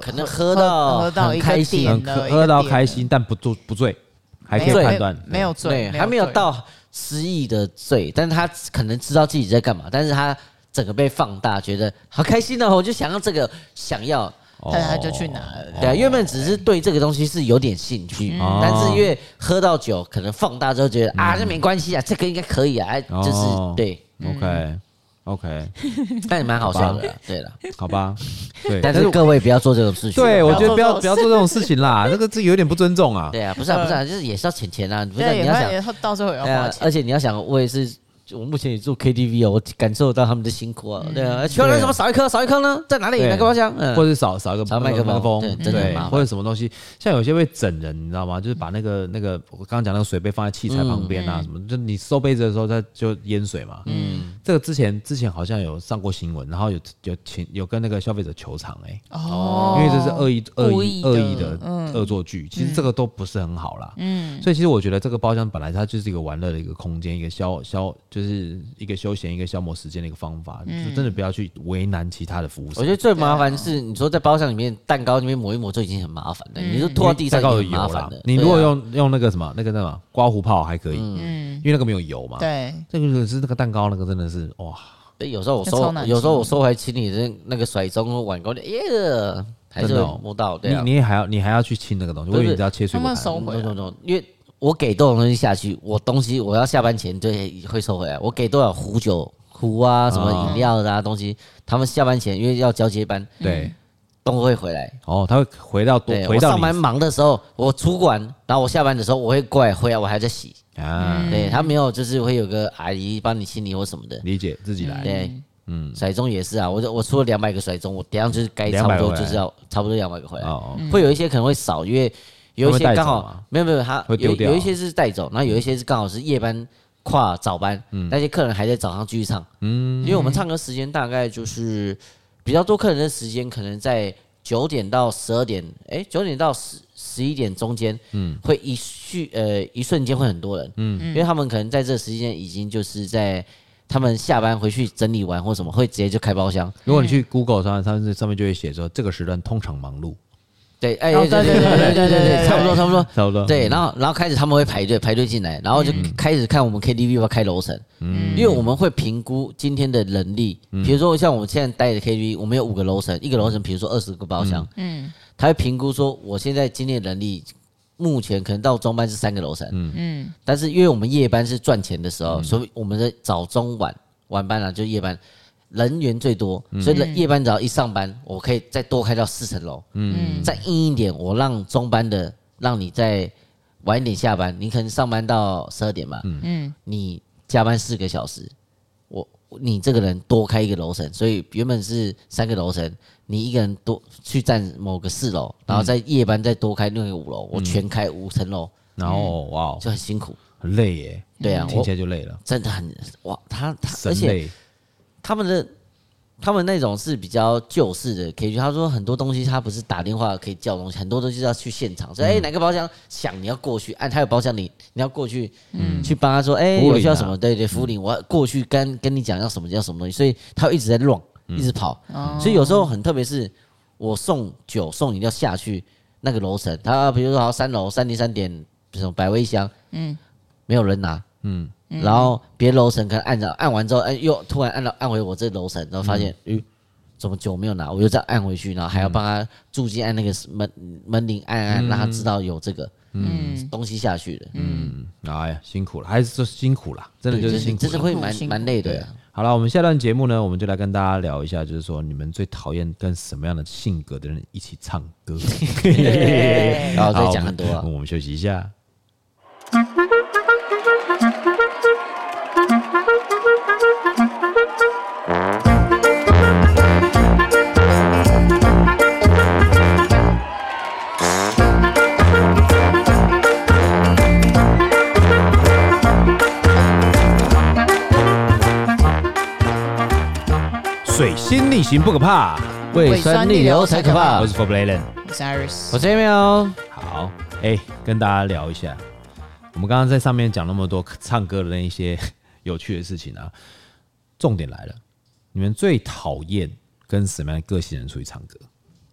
可能喝到喝到很一开个心，点嗯，了，喝一个喝到点开了，心，但不醉不醉，还可以没有判断没有对，醉，还没有醉，到失忆的醉，但是他可能知道自己在干嘛，但是他整个被放大，觉得好开心哦，我就想要这个，想要。哦他他就去拿了对啊，原本只是对这个东西是有点兴趣，嗯但是因为喝到酒，可能放大之后觉得啊，这没关系啊，这个应该可以啊，哎，就是哦对，嗯 OK OK，但也蛮好笑的啦。对 了，好吧，对，但是我各位不要做这种事情。对我觉得不要不要做这不要做这种种事事情啦，这个这有点不尊重啊。对啊，不是啊，不是啊，就是也是要钱钱啊，你不是啊对，你也要想会，也会到最后也要对啊花，钱，而且你要想，我也是，我目前也做 KTV 哦，我感受到他们的辛苦啊，对啊，球为什么少一颗，少一颗呢？在哪里？嗯对哪个包厢？嗯或者少少一个少麦克风对真的很麻烦或者什么东西，像有些会整人，你知道吗？就是把那个那个我刚刚讲那个水杯放在器材旁边啊，什么，就你收杯子的时候，它就淹水嘛。嗯，这个之前之前好像有上过新闻，然后有有请有跟那个消费者求偿哎、啊哦因为这是恶意、恶故意、意恶意的的恶作剧，其实这个都不是很好啦。嗯，所以其实我觉得这个包厢本来它就是一个玩乐的一个空间，一个消消就是一个休闲、一个消磨时间的一个方法，就真的不要去为难其他的服务我生觉。得最麻烦是，你说在包厢里面蛋糕里面抹一抹就已经很麻烦了，你就拖到地上蛋糕也有很麻油烦啦的。，嗯你对啊嗯如果用用那个什么那个那么刮胡泡还可以，因为那个没有油嘛。对，这个是那个蛋糕，那个真的是哇，对有时候我那收超难，吃有时候我收回清理的那个甩钟和碗糕，耶，还是真的会哦摸到，对你啊。你也还要你还要去清那个东西，不我是以为你只要切水果他们手盘。收回来 no, no, no, 因为我给多少东西下去，我东西我要下班前就会收回来。我给多少壶啊酒壶啊，什么饮料的啊、东西，他们下班前因为要交接班，对，都会回来。哦，他会回到多对回我到上你班忙的时候，我主管，然后我下班的时候我会过来回来，我还在洗。啊，对他没有，就是会有个阿姨帮你清理或什么的。理解自己来，嗯对，嗯，甩钟也是啊，我就我出了两百个甩钟，我等一下就是该200差不多回来就是要差不多两百个回来，哦嗯会有一些可能会少，因为有一些他会带走刚好吗没有没有，他会有丢掉啊有一些是带走，然后有一些是刚好是夜班跨早班，嗯那些客人还在早上继续唱，嗯，因为我们唱歌时间大概就是比较多客人的时间，可能在九点到十二点，哎，九点到十十一点中间，嗯，会一续呃一瞬间会很多人，嗯，因为他们可能在这时间已经就是在。他们下班回去整理完或什么，会直接就开包厢。如果你去 Google 上，上面上面就会写说这个时段通常忙碌，对，哎、哦对对对对对对对差不多差不多。嗯差不多对，然后然后开始他们会排队排队进来，然后就开始看我们 KTV 要不要开楼层，嗯因为我们会评估今天的人力，比如说像我们现在待的 KTV，我们有五个楼层，一个楼层比如说二十个包厢，嗯，他会评估说我现在今天的人力。目前可能到中班是三个楼层，嗯嗯，但是因为我们夜班是赚钱的时候，所以我们的早中晚晚班啊，就夜班人员最多，所以人夜班只要一上班，我可以再多开到四层楼，嗯，再硬一点，我让中班的让你再晚一点下班，你可能上班到十二点嘛，嗯，你加班四个小时，我你这个人多开一个楼层，所以原本是三个楼层，你一个人多去占某个四楼，然后在夜班再多开另一个五楼，我全开五层楼然后哇哦，就很辛苦，很累耶，对啊，听我起来就累了，真的很哇，他他神而且累，他们的。他们那种是比较旧式的 K 区，他说很多东西他不是打电话可以叫东西，很多东西要去现场，所嗯以哎、哪个包厢响你要过去，按他有包厢你你要过去，去帮他说哎、服务我领需要啊什么，对对，服务领我要过去跟跟你讲要什么要什么东西，所以他一直在乱，嗯一直跑，所以有时候很特别是，我送酒送饮料下去那个楼层，他比如说好三楼三零三点什么百味香，嗯，没有人拿，嗯，然后别楼层可能按着按完之后，哎，又突然按到按回我这楼层，然后发现，嗯咦、怎么酒没有拿？我又再按回去，然后还要帮他驻嗯进按那个门门铃按按，让他知道有这个嗯东西下去的，嗯，哎呀，辛苦了，还是说辛苦了，真的就是对辛苦真了的。会蛮辛苦蛮累的。啊好了，我们下段节目呢，我们就来跟大家聊一下，就是说你们最讨厌跟什么样的性格的人一起唱 歌。然后再讲好很多我啊 们。我们休息一下。水星逆行不可怕，胃酸逆流才可怕我。是 For b l a d e n 我是 Iris，我这边哦，好，哎、跟大家聊一下，我们刚刚在上面讲那么多唱歌的那一些有趣的事情啊，重点来了，你们最讨厌跟什么样的个性人出去唱歌？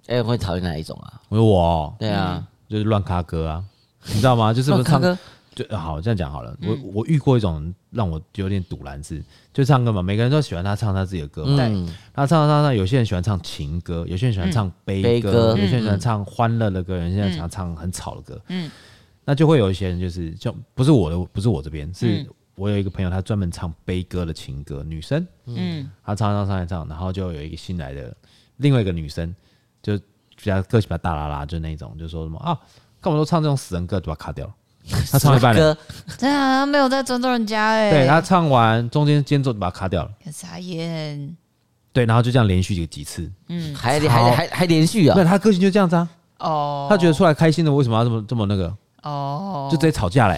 哎，会讨厌哪一种啊？我说我哦对啊，就是乱咖歌啊，你知道 吗？就是我们哇唱哥哥就呃好这样讲好了。我我遇过一种让我有点堵然是，就唱歌嘛，每个人都喜欢他唱他自己的歌嘛。对他唱唱唱，有些人喜欢唱情歌，有些人喜欢唱嗯悲悲歌，歌有些人喜欢唱欢乐的歌，有些人喜欢唱很吵的歌。嗯，那就会有一些人就是就不是我的，不是我这边，是我有一个朋友，他专门唱悲歌的情歌，女生，嗯，她唱唱唱唱唱，然后就有一个新来的另外一个女生，就比较个性比较大啦啦，就那种就说什么啊，干嘛都唱这种死人歌，就把它卡掉 了。他唱一半了，歌真的啊没有在尊重人家哎、对他唱完中间间奏就把它卡掉了，很傻眼，对，然后就这样连续几几次，嗯还还还还连续啊那，他个性就这样子啊。哦，他觉得出来开心的，为什么要这么这么那个？哦，就直接吵架嘞、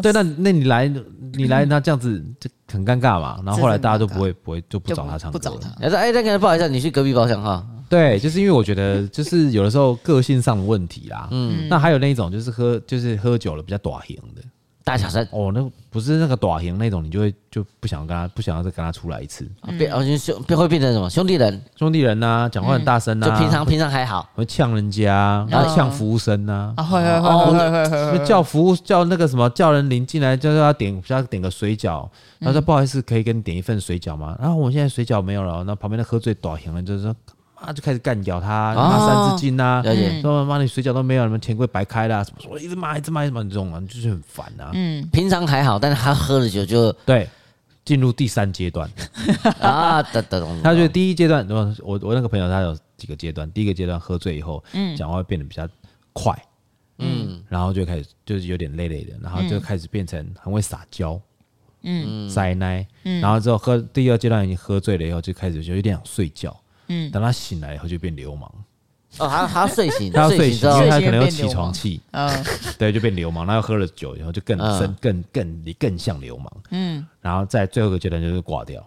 对，那那你来，你 来，那这样子就很尴尬嘛。然后后来大家都不会不会就不就找他唱不歌找了他。然后说哎，那个不好意思啊，你去隔壁包厢哈。对，就是因为我觉得就是有的时候个性上的问题啦。嗯，那还有那一种就是喝就是喝酒了比较短型的大小声，哦，那不是那个短型那种，你就会就不想跟他不想要再跟他出来一次。嗯啊变哦就兄变会变成什么兄弟人？兄弟人呐、讲话很大声呐、啊嗯就平常嗯平常还好，会呛人家，然后呛服务生呐、啊，会会哦 会会会会会就叫服务叫那个什么叫人领进来，叫他点叫他点个水饺，他说不好意思，可以给你点一份水饺吗？嗯然后我现在水饺没有了，那旁边的喝醉倒行了，就是说啊就开始干掉他，骂三字经啊，了解。说妈你水饺都没有，你们钱柜白开啦，什么什么一嗯直骂一直骂一直骂这种啊，就是很烦啊。 平常还好，但是他喝了酒就对，进入第三阶段。啊，等等等，嗯他觉得第一阶段，我我那个朋友他有几个阶段，第一个阶段喝醉以后，讲话会变得比较快，嗯，然后就开始就是有点累累的，然后就开始变成很会撒娇，嗯，撒奶，然后之后喝第二阶段已经喝醉了以后，就开始就有点想睡觉，嗯，等他醒来以后就变流氓，哦，还要还要睡醒，他要睡睡醒之醒，睡因为后醒他可能有变起流床氓气，嗯，对，就变流氓。然后喝了酒以后就更嗯深、更更更像流氓。嗯，然后在最后一个阶段就是挂掉。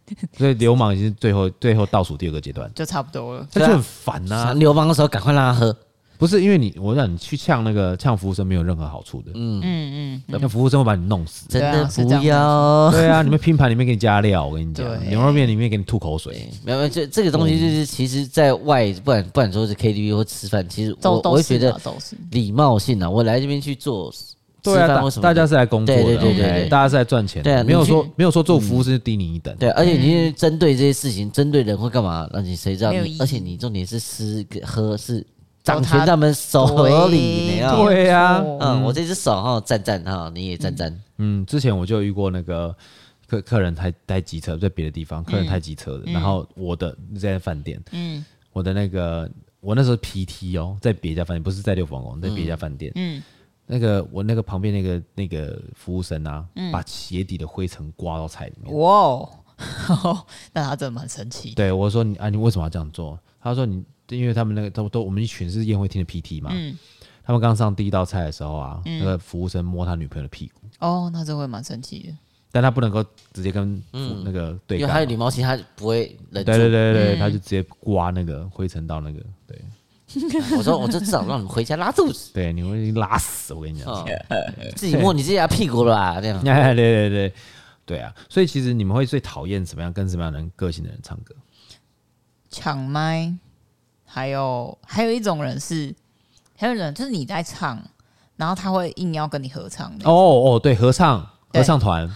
所以流氓已经是最后最后倒数第二个阶段，就差不多了。这啊就很烦啊呐、流氓的时候赶快让他喝，不是因为你，我让你去呛那个呛服务生没有任何好处的。嗯嗯嗯，那服务生会把你弄 死。真对的啊是不这样子要。对啊，你们拼盘里面给你加料，我跟你讲，对牛肉面里面给你吐口水对。，没有没有，这这个东西就是，其实，在外不然不然说是 KTV 或吃饭，其实我都我都会是觉啊得都是，礼貌性啊，我来这边去做吃对啊，饭大或什么大的，家是来工作的对对对 OK，对对大家是来赚钱的，对啊没有你去说没有说做服务生就低你一等。对，而且你是针对这些事情，针对人会干嘛？那你谁知道嗯没有你意义而且你重点是吃跟喝是找掌他权他们手里对没有。对啊没错嗯，我这只手哈赞赞哈，你也赞赞。嗯，之前我就遇过那个客客人太太急车，在别的地方客人太急车的，然后我的在饭店，嗯，我的那个我那时候 PT 哦，在别家饭店，不是在六福王宫，在别家饭店，嗯，那个我那个旁边那个那个服务生啊，把鞋底的灰尘刮到菜里面，哇哦， 那他真的蛮神奇的。对我说你啊，你为什么要这样做？他说你因为他们那个都都我们一群是宴会厅的 PT 嘛，他们刚上第一道菜的时候啊，那个服务生摸他女朋友的屁股。哦，那真会蛮神奇的。但他不能够直接跟服那个对嗯因为干他有嘛礼貌性，他不会忍住。对对对嗯对，他就直接刮那个灰尘到那个，对我说我就至少让你回家拉 肚子，对，你会拉死，我跟你讲哦，自己摸你自己的屁股了啊吧？这样。哎， 对对对对啊，所以其实你们会最讨厌什么样跟什么样的人个性的人唱歌？抢麦，还有还有一种人是，还有人就是你在唱，然后他会硬要跟你合唱的。哦哦，对，合唱对合唱团，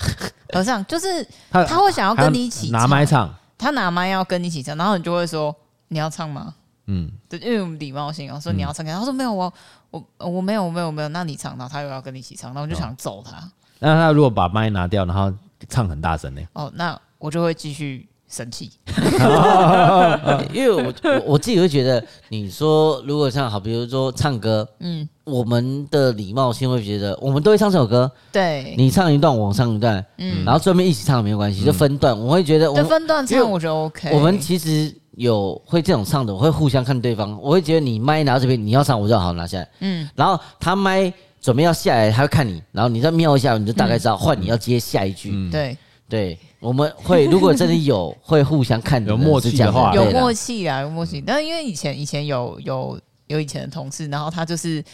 合唱就是他他会想要呃还跟你一起拿麦，唱，他拿麦要跟你一起唱，然后你就会说你要唱吗？嗯，对，因为我们礼貌性，我哦嗯说你要唱给他，他说没有，我我我没有我没有我没有，那你唱，然后他又要跟你一起唱，然后我哦就想揍他。那他如果把麦拿掉，然后唱很大声呢？哦，那我就会继续生气。啊 因为我我我自己会觉得，你说如果像好，比如说唱歌，嗯，我们的礼貌性会觉得，我们都会唱这首歌，对，你唱一段，我唱一段，嗯，然后顺便一起唱没有关系，嗯就分段。我会觉得我对们分段因唱为我觉得 OK。我们其实有会这种唱的，我会互相看对方，我会觉得你麦拿到这边，你要唱我就好拿下来，嗯，然后他麦准备要下来，他会看你，然后你再瞄一下，你就大概知道换你要接下一嗯句，对对。我们会，如果真的有会互相看的有人默是契这样的话嗯对有啦嗯默契啊，有默契。但因为以前以前有有有以前的同事，然后他就是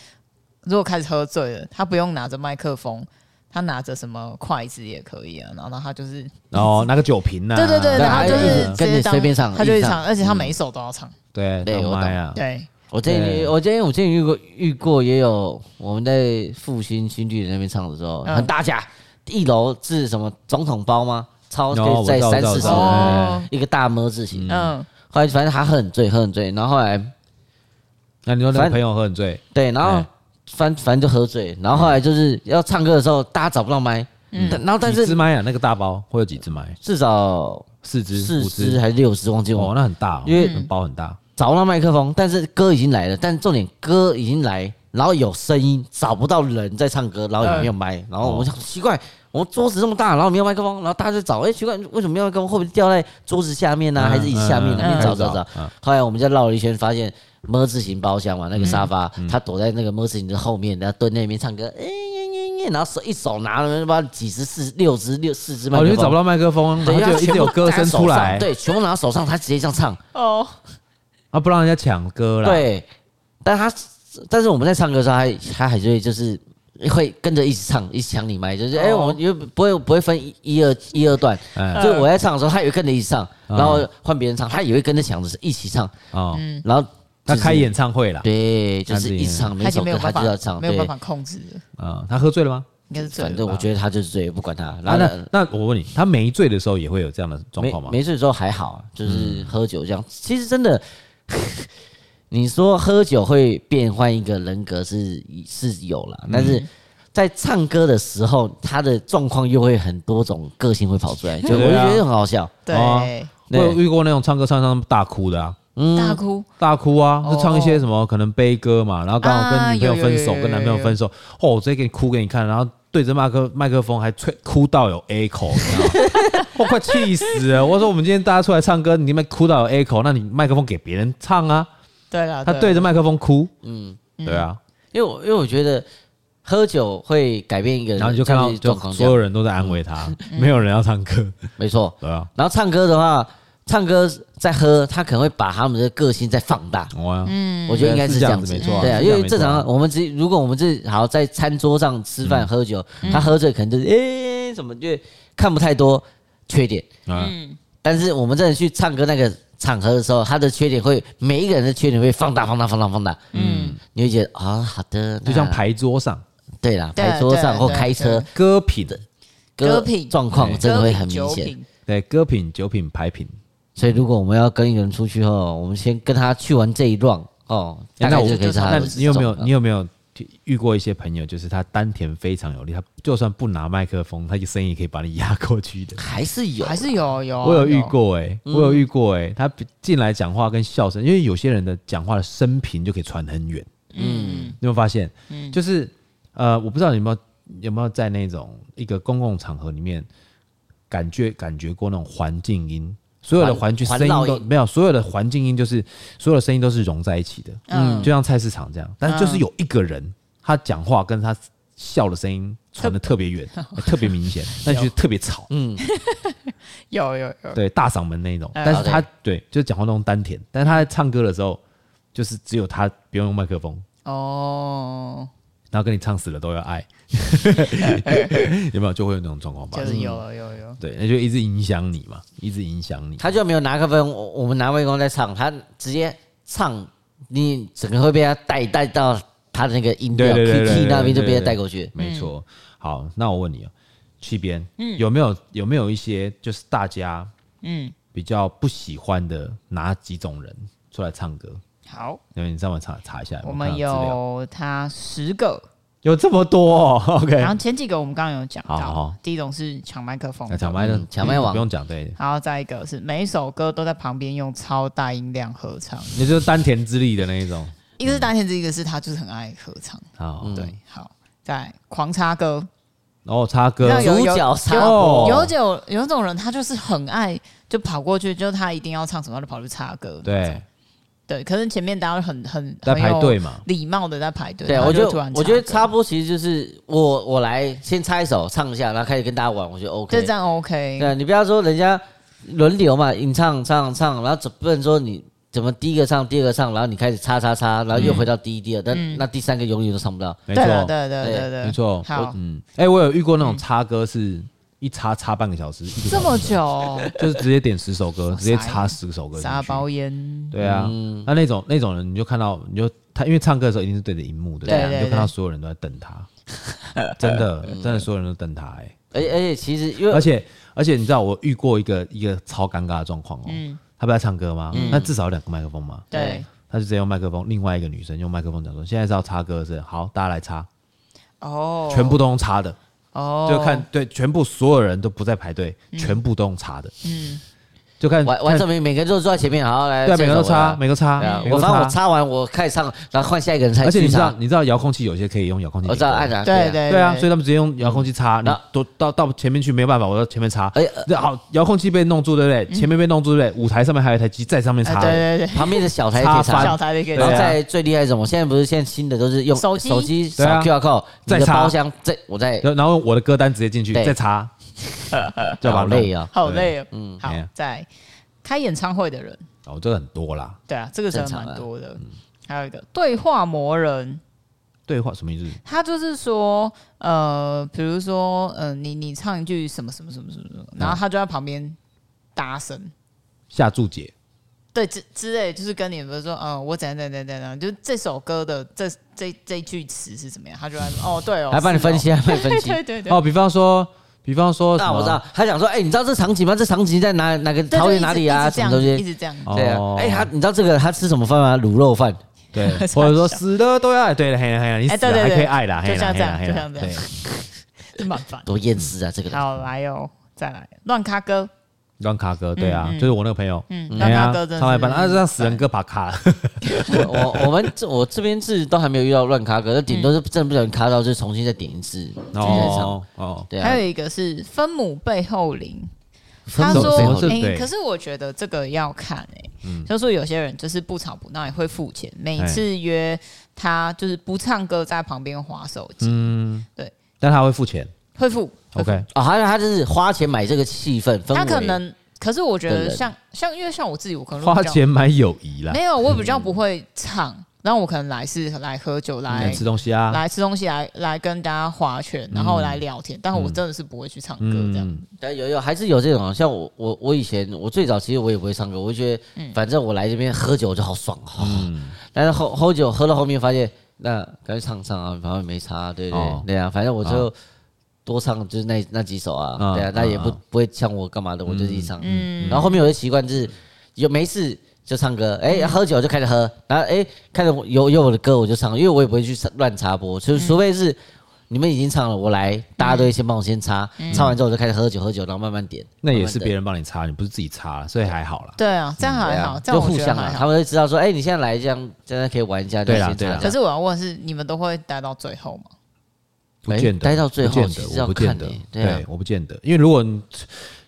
如果开始喝醉了，他不用拿着麦克风，他拿着什么筷子也可以啊。然后他就是，然后哦拿个酒瓶啊哎呐，嗯对对对，那然后就还有一是个直接跟你当随便唱他就一会唱唱，而且他每一首都要唱。对对对，我麦啊，对，我之前对我之前我之前遇过遇过也有我们在复兴新地那边唱的时候，嗯很大家一楼是什么总统包吗？超哦我在知道三我四知十道哎我知道人哦一个大么字形。嗯，后来反正他喝很醉，喝很醉，然后后来那你说那反个正朋友喝很醉，对，然后哎反反正就喝醉，然后后来就是要唱歌的时候，大家找不到麦，但然后但几支是麦啊？那个大包会有几支麦？至少四支、四五支还是六支，忘记哦我，那很大哦，因为嗯包很大。找不到麦克风，但是歌已经来了，但重点歌已经来，然后有声音，找不到人在唱歌，然后也没有麦，哎然后我哦想奇怪，我们桌子这么大，然后没有麦克风，然后大家就找，哎、奇怪，为什么没有麦克风？会不会掉在桌子下面呢、啊嗯还是椅子下面呢、嗯一直找嗯找找嗯。后来我们就绕了一圈，发现。么字形包厢嘛，那个沙发，嗯他躲在那个么字形的后面，然后蹲在那边唱歌，哎呀呀呀，然后手一手拿了妈几十四六支六四支麦哦，克因风，为找不到麦克风，嗯对，然因为后就一他直全部有歌拿声手出上来，对，全部拿到手上，他直接这样唱，哦，啊，不让人家抢歌啦。，对，但他但是我们在唱歌的时候，他他还是会就是会跟着一起唱，一起抢你麦，就是哎、哦我们又不会不会分一一二一二段，哎，嗯就是我在唱的时候，他也会跟着一起唱，然后换别人唱，他也会跟着抢着一起唱，哦，嗯然后他就是开演唱会啦。嗯对，就他是自己一直唱每他已首经没有歌他办就法要唱，没有办对，法控制了，啊，他喝醉了吗？应该是醉反了正吧我觉得他就是醉，不管他，啊，然后那那我问你，他没醉的时候也会有这样的状没况吗？嗯没事的时候还好，就是喝酒这样。其实真的， 嗯你说喝酒会变换一个人格是是有啦，但是在唱歌的时候，他的状况又会很多种个性会跑出来，就我就 对啊觉得很好笑。对，哦我对有遇过那种唱歌唱一唱大哭的啊，大哭，大哭啊，哦就唱一些什么可能悲歌嘛，然后刚好啊跟女朋友分手，有有有有有跟男朋友啊分手，哦，我直接给你哭给你看，然后对着麦克麦克风还吹哭到有 echo，你知道吗？ 我快气死了！我说我们今天大家出来唱歌，你们哭到有 echo，那你麦克风给别人唱啊，对了，他了对着麦克风哭，嗯，对啊，因为我因为我觉得喝酒会改变一个人，然后你就看到状就况嗯这所样，嗯有人都在安慰他，没有人要唱歌，没错。对啊，然后唱歌的话，唱歌在喝，他可能会把他们的个性再放大。我啊，嗯我觉得应该是这样子，是这样子没错啊对啊，是这因样为正没常错我们只如果我们是好在餐桌上吃嗯饭喝酒，他喝醉可能就是诶什么，就看不太多缺点。啊，但是我们真的去唱歌那个场合的时候，他的缺点会每一个人的缺点会放大、放大、放大、放大。嗯，你会觉得啊、好的，就像那牌桌上对啦，对牌桌上对或对开车对歌品，歌品状况真的会很明歌品显。酒品对歌品、酒品、牌品，所以如果我们要跟一个人出去后，我们先跟他去完这一 round 哦，大概我就可以是他那的哦你有没有状况你有没有遇过一些朋友，就是他丹田非常有力，他就算不拿麦克风，他的声音也可以把你压过去的。还是有还是有有啊，我有遇过哎、我有遇过哎、他进来讲话跟笑声，因为有些人的讲话的声频就可以传很远。嗯，你有没有发现？就是呃，我不知道你有没有有没有在那种一个公共场合里面感觉感觉过那种环境音，所有的环境环声音环绕都音没有，所有的环境音就是所有的声音都是融在一起的，嗯，就像菜市场这样，但是就是有一个人他讲话跟他笑的声音传的特别远， 特别明显，那就特别吵，有有有，对，大嗓门那种，哎但是他对就是讲话那种丹田，但是他在唱歌的时候，就是只有他不用用麦克风，哦，然后跟你唱死了都要 爱，有没有就会有那种状况吧就？是有有有，对，那就一直影响你嘛，一直影响你。嗯他就没有拿个分，我我们拿外公在唱，他直接唱，你整个会被他带带到他的那个音调对对对对 K 对 T 对那边就对被对他带过去。没错。好，那我问你哦，去边，有没有有没有一些就是大家嗯，比较不喜欢的哪几种人出来唱歌？好，因为你上网查查一下，我没们看到资料有他十个，有这么多、哦、然后，OK？前几个我们刚刚有讲好好到好，第一种是抢麦克风那，抢麦的嗯抢麦王不用讲，对，然后再一个是每一首歌都在旁边用超大音量合唱，也就是丹田之力的那一种。一个是丹田子，一个是他就是很爱合唱，好，嗯对，好，再来狂插歌，然后插歌那有主有角插哦播，有种有种人他就是很爱就跑过去，就他一定要唱什么他就跑去插歌，对，对，可是前面大家很很在排，很队有嘛，礼貌的在排队，对，然后我觉就突得然我觉得歌插播其实就是我我来先插一首唱一下，然后开始跟大家玩，我觉得 OK。就这样 OK，对，你不要说人家轮流嘛，你唱唱唱，然后怎不能说你怎么第一个唱，第二个唱，然后你开始插插插，然后又回到第一、第二，但嗯那第三个永远都唱不到。没对了，错，对对对对，没错。我好，嗯，哎，我有遇过那种插歌是一插插半个小时，一个这小么时久，就是直接点十首歌，直接傻眼插十首歌进撒去。包嗯烟，对啊，嗯那那种那种人，你就看到，你就他因为唱歌的时候一定是对着荧幕的，对对不对对你对就看到所有人都在瞪他，真的真的所有人都瞪他哎。而且而且其实因为而且而且你知道我遇过一个一个超尴尬的状况哦，他不在唱歌吗？那至少有两个麦克风嘛，嗯对，他就直接用麦克风，另外一个女生用麦克风讲说，现在是要插歌是不是好，大家来插，哦，全部都用插的，哦，就看对，全部所有人都不在排队，全部都用插的，嗯，就看完完看整每每个人都坐在前面，好好来，对啊，这每首个都我插来，每个插对啊，每我个反正我插，插完我开始唱，然后换下一个人才而且你去知道插，你知道遥控器有些可以用遥控器，我知道按。哪对对对啊，所以他们直接用遥控器插，嗯那那都到到前面去没有办法，我到前面插。哎哎，好，遥控器被弄住，对不对？前面被弄住，对不对？舞台上面还有一台机在上面哎插的，嗯对对对，旁边的小台也可以插翻插小。台的一个然后对啊再最厉害是什么？现在不是现在新的都是用手机手机扫对啊 QR code，你再的插包厢再我再然后然后我的歌单直接进去对再插， 就把好它累啊，好累哦，嗯，好哎呀，在开演唱会的人，弄。哦，这个很多啦，对啊，这个真正的常啊蛮多的，嗯还有一个对话魔人，对话什么意思？他就是说，呃，比如说，呃，你你唱一句什么什么什么什么什嗯么，然后他就在旁边搭声。下注解对之之类，就是跟你比如说，嗯，我怎样怎样怎样怎样，就是这首歌的这这这一句词是怎么样，他就来哦，对哦，来帮你是哦分，析，来帮你分析。对对对，哦，比方说，比方说什那么，我知道，他想说，哦哎、你知道这场景吗？这场景在哪哪个对桃园哪里啊？就什一么直东一直这样，一西？直这样，，哦对啊，哎、他你知道这个他吃什么饭吗？卤肉饭，对 或者说死了都要爱，对了，嘿啦嘿啦，你哎死对了哦对还可以对爱啦，就嘿啦像嘿这啦样嘿就啦，像这样对，啊 这蛮烦。多厌世啊！这个人好，来哦，再来乱咖歌，乱卡歌，对啊，嗯嗯就是我那个朋友，嗯，哎乱呀咖歌真的，是唱到一半，啊，让死人歌把 卡了，我我们这我这边是都还没有遇到乱卡歌，那顶多嗯是真的不小心卡到，就重新再点一次，重新再唱。哦哦，对还啊，有一个是分母背后灵，分他手说背母后背后灵哎、对嗯可是我觉得这个要看哎、就是说有些人就是不吵不闹也会付钱，每次约他就是不唱歌，在旁边划手机、嗯，对，但他会付钱会付会付，OK，啊，他他就是花钱买这个气氛哦氛围，他可能，可是我觉的得人像像因为像我自己，我可能如果花比较钱买友谊啦，没有，我比较不会唱，然后我可能来是来喝酒来来吃东西啊，来吃东西，来来跟大家划拳，然后来聊天。但我真的是不会去唱歌这样。嗯，对有有还是有这种，像我我我以前我最早其实我也不会唱歌，我就觉得嗯反正我来这边喝酒就好爽哈，但是后喝酒喝到后面发现，那干脆唱唱啊，反正也没差，对对哦对啊，反正我就多唱就是那那几首啊，嗯对啊，嗯那也不嗯嗯不会呛我干嘛的，我就自己唱，嗯然后后面我的习惯就是有没事。就唱歌，哎、嗯喝酒就开始喝，然后哎、看着我有有我的歌我就唱，因为我也不会去乱插播，嗯就是除非是你们已经唱了，我来，大家都会先帮我先插，嗯插完之后我就开始喝酒，喝酒，然后慢慢点。那也是别人人帮你擦，你不是自己擦了，所以还好啦。对啊，这样还好，这就样我互觉得相嗯还啊，好他。们会知道说，哎，你现在来这样，真的可以玩一下，对啦就先对啦插可是我要问的是，你们都会待到最后吗？不见得哎待到最后不见其得，实我要不看见得欸，对啊对，我不见得，因为如果你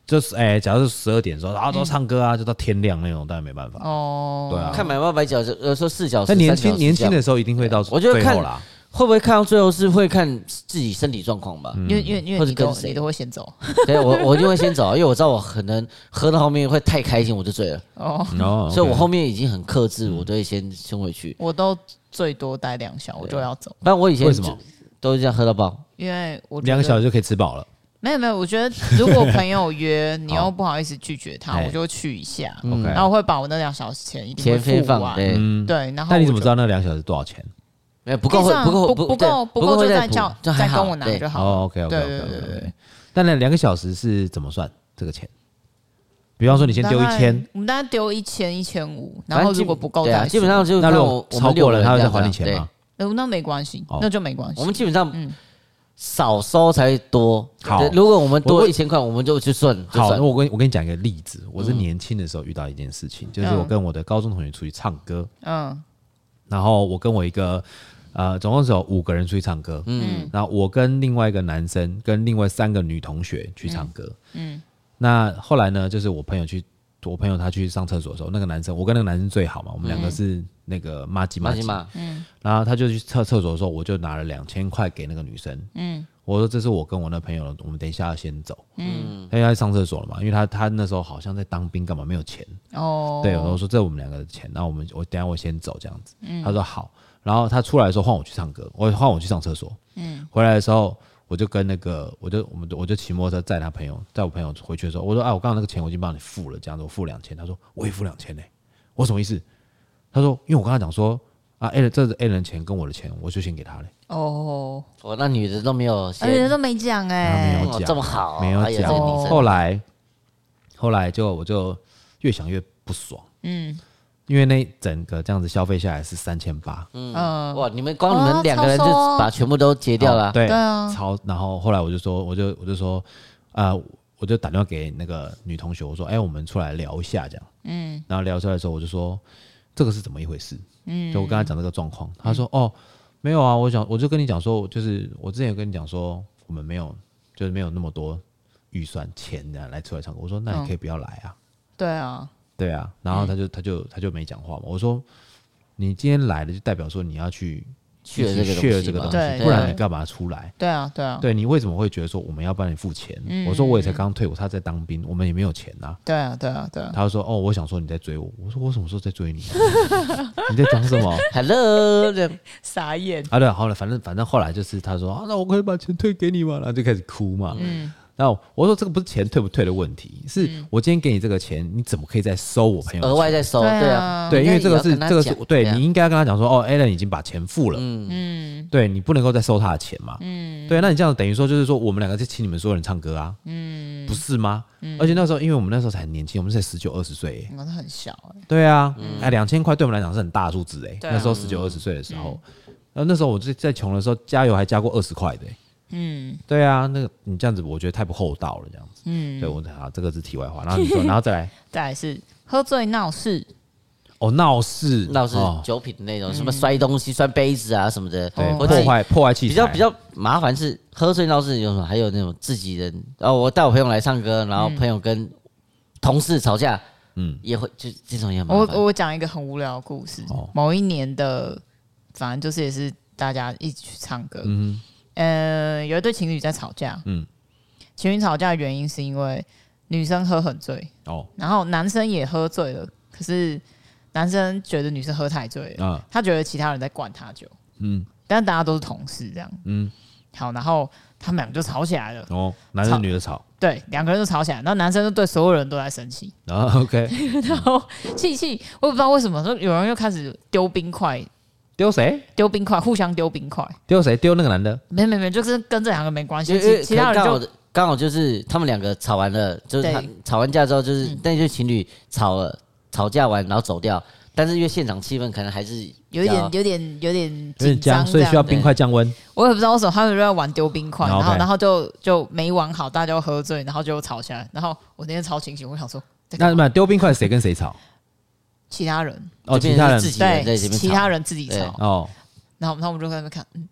就是哎，假如是十二点的时候，然后都唱歌啊，就到天亮那种，当然没办法，哦，对啊。嗯看买卖摆脚，呃，说四角时，但年三角轻时年轻这的样时候一定会到最我觉得看后啦，会不会看到最后是会看自己身体状况嗯吧？因为因为因嗯或为者你都跟谁嗯你都会先走对，我我一定会先走，因为我知道我可能喝到后面会太开心，我就醉了，哦， 哦，嗯嗯所以我 OK 后面已经很克制，我都会先先回去。我都最多待两小时啊我就要走，但我以前为什么就都是这样喝到爆？因为我觉两个得小时就可以吃饱了。没有没有，我觉得如果朋友约，你好又不好意思拒绝 他，哎我就去一下， OK，然后我会把我那两小时钱一嗯啊定钱会啊非付放完。对，嗯，对，然后那你怎么我就知道那两小时多少钱？没有不够计会算不够不不够对不够会就再再补叫就还再好跟我拿对就好了。哦，OK 对 OK 对 OK 对 OK 对。但那两个小时是怎么算这个钱？比方说你先丢大一概千，，我们大概丢一千一千五，反然后正基如果不够对再啊，说基本上就那看如我果我超过们六了，个他会人再这样还你子啊钱吗？？呃那没关系哦，那就没关对系我。们基本上嗯少收才会多。好对如果我们我多会一千块，我们就去算。就好，算那我跟我跟你讲一个例子，我是年轻的时候遇到一件事情，就是我跟我的高中同学出去唱歌，嗯然后我跟我一个呃，总共是有五个人出去唱歌，嗯，然后我跟另外一个男生跟另外三个女同学去唱歌，嗯，那后来呢，就是我朋友去。我朋友他去上厕所的时候，那个男生，我跟那个男生最好嘛，我们两个是那个妈吉马嗯妈吉吉，嘛，然后他就去厕厕所的时候，我就拿了两千块给那个女生。嗯，我说这是我跟我那朋友的，我们等一下要先走。嗯，他要上厕所了嘛，因为他他那时候好像在当兵，干嘛没有钱？哦，对，我说这我们两个的钱，那我们我等一下我先走这样子。他说好，然后他出来的时候换我去唱歌，我换我去上厕所。嗯，回来的时候我就跟那个我就我们我就骑摩托车载他朋友，载我朋友回去的时候，我说啊，我刚刚那个钱我已经帮你付了，这样子我付两千。他说我也付两千呢，我什么意思？他说因为我跟他讲说啊，A 人这是 A 人的钱跟我的钱，我就先给他嘞。哦，我那女的都没有而且先，都没讲他没哎有，哦讲这么好，没有哎呀讲这个女生后来，后来就我就越想越不爽，嗯，因为那整个这样子消费下来是三千八，嗯，嗯，哇，你们光你们哦两个人就超收哦把全部都结掉了。对对啊超。然后后来我就说，我就我就说，啊、我就打电话给那个女同学，我说，哎、我们出来聊一下这样，嗯，然后聊出来的时候，我就说这个是怎么一回事，嗯，就我跟他讲这个状况，他说，哦，没有啊，我想我就跟你讲说，就是我之前有跟你讲说，我们没有就是没有那么多预算钱的来出来唱歌，我说那你可以不要来啊。对啊，对啊，然后他就、他就他就没讲话嘛。我说你今天来了，就代表说你要去去了这个去了这个东东西嘛，对西，对不然你干嘛出来？对啊，对哦啊，对你为什么会觉得说我们要帮你付钱？嗯我说我也才刚退伍，他在当兵，我们也没有钱呐、对啊，对啊， 嗯对啊，他就说哦，我想说你在追我。我说我什么时候在追你？ 你在讲什么？ Hello，这样傻眼，啊嗯啊对，好了，反正反正后来就是他说啊，那我可以把钱退给你嘛，然后就开始哭嘛。那我说这个不是钱退不退的问题，是我今天给你这个钱，你怎么可以再收我朋友额的外钱？再收，对啊，对，因为这个是这个是对你你应该要跟他讲说，哦 a l n 已经把钱付了，嗯嗯，对你不能够再收他的钱嘛，嗯，对，那你这样等于说就是说我们两个在请你们所有人唱歌啊，嗯，不是吗？而且那时候因为我们那时候才很年轻，我们才十九二十岁耶，我是很小哎、对啊，哎，两千块对我们来讲是很大的数字哎，对啊那时候十九二十岁的时候，然后那时候我在在穷的时候加油还加过二十块的耶，嗯，对啊，那个你这样子我觉得太不厚道了，这样子，嗯，对我啊这个是题外话，然后你说，然后再来再来是喝醉闹事，哦闹事那是哦酒品的那种，嗯什么摔东西、摔杯子啊什么的，哦对或破者坏破坏气比较材比较麻烦是喝醉闹事有什么，还有那种自己人，然后我带我朋友来唱歌，然后嗯朋友跟同事吵架，嗯，也会就这种也很麻我烦。我讲一个很无聊的故事。哦某一年的，反正就是也是大家一起去唱歌。嗯，呃，有一对情侣在吵架。嗯嗯，情侣吵架的原因是因为女生喝很醉，哦然后男生也喝醉了，可是男生觉得女生喝太醉了，啊他觉得其他人在灌他酒，嗯但大家都是同事这样。嗯好，然后他们俩就吵起来了，哦，男生吵女的吵，对，两个人就吵起来，然后男生就对所有人都在生气。然后啊 OK 然后气气，我也不知道为什么，说有人又开始丢冰块，丢谁丢冰块，互相丢冰块。丢谁丢那个男的，没没没，就是跟这两个没关因系，为因其为其他人刚好就刚好就是他们两个吵完了，就是他对嗯吵完架之后，就是那对情侣吵了，吵架完然后走掉，但是因为现场气氛可能还是有一点比较有点啊有有点点紧张，所以需要这样冰块降温，我也不知道为什么他们就在玩丢冰块，然然后后 OK 然后就就没玩好，大家就喝醉，然后就吵起来。然后我那天超清醒，我想说，在干那嘛那丢冰块谁跟谁吵？其他人哦，这其边他是人自己人在对这边其吵他人自己对吵， 哦，然后他们就在那边看，嗯，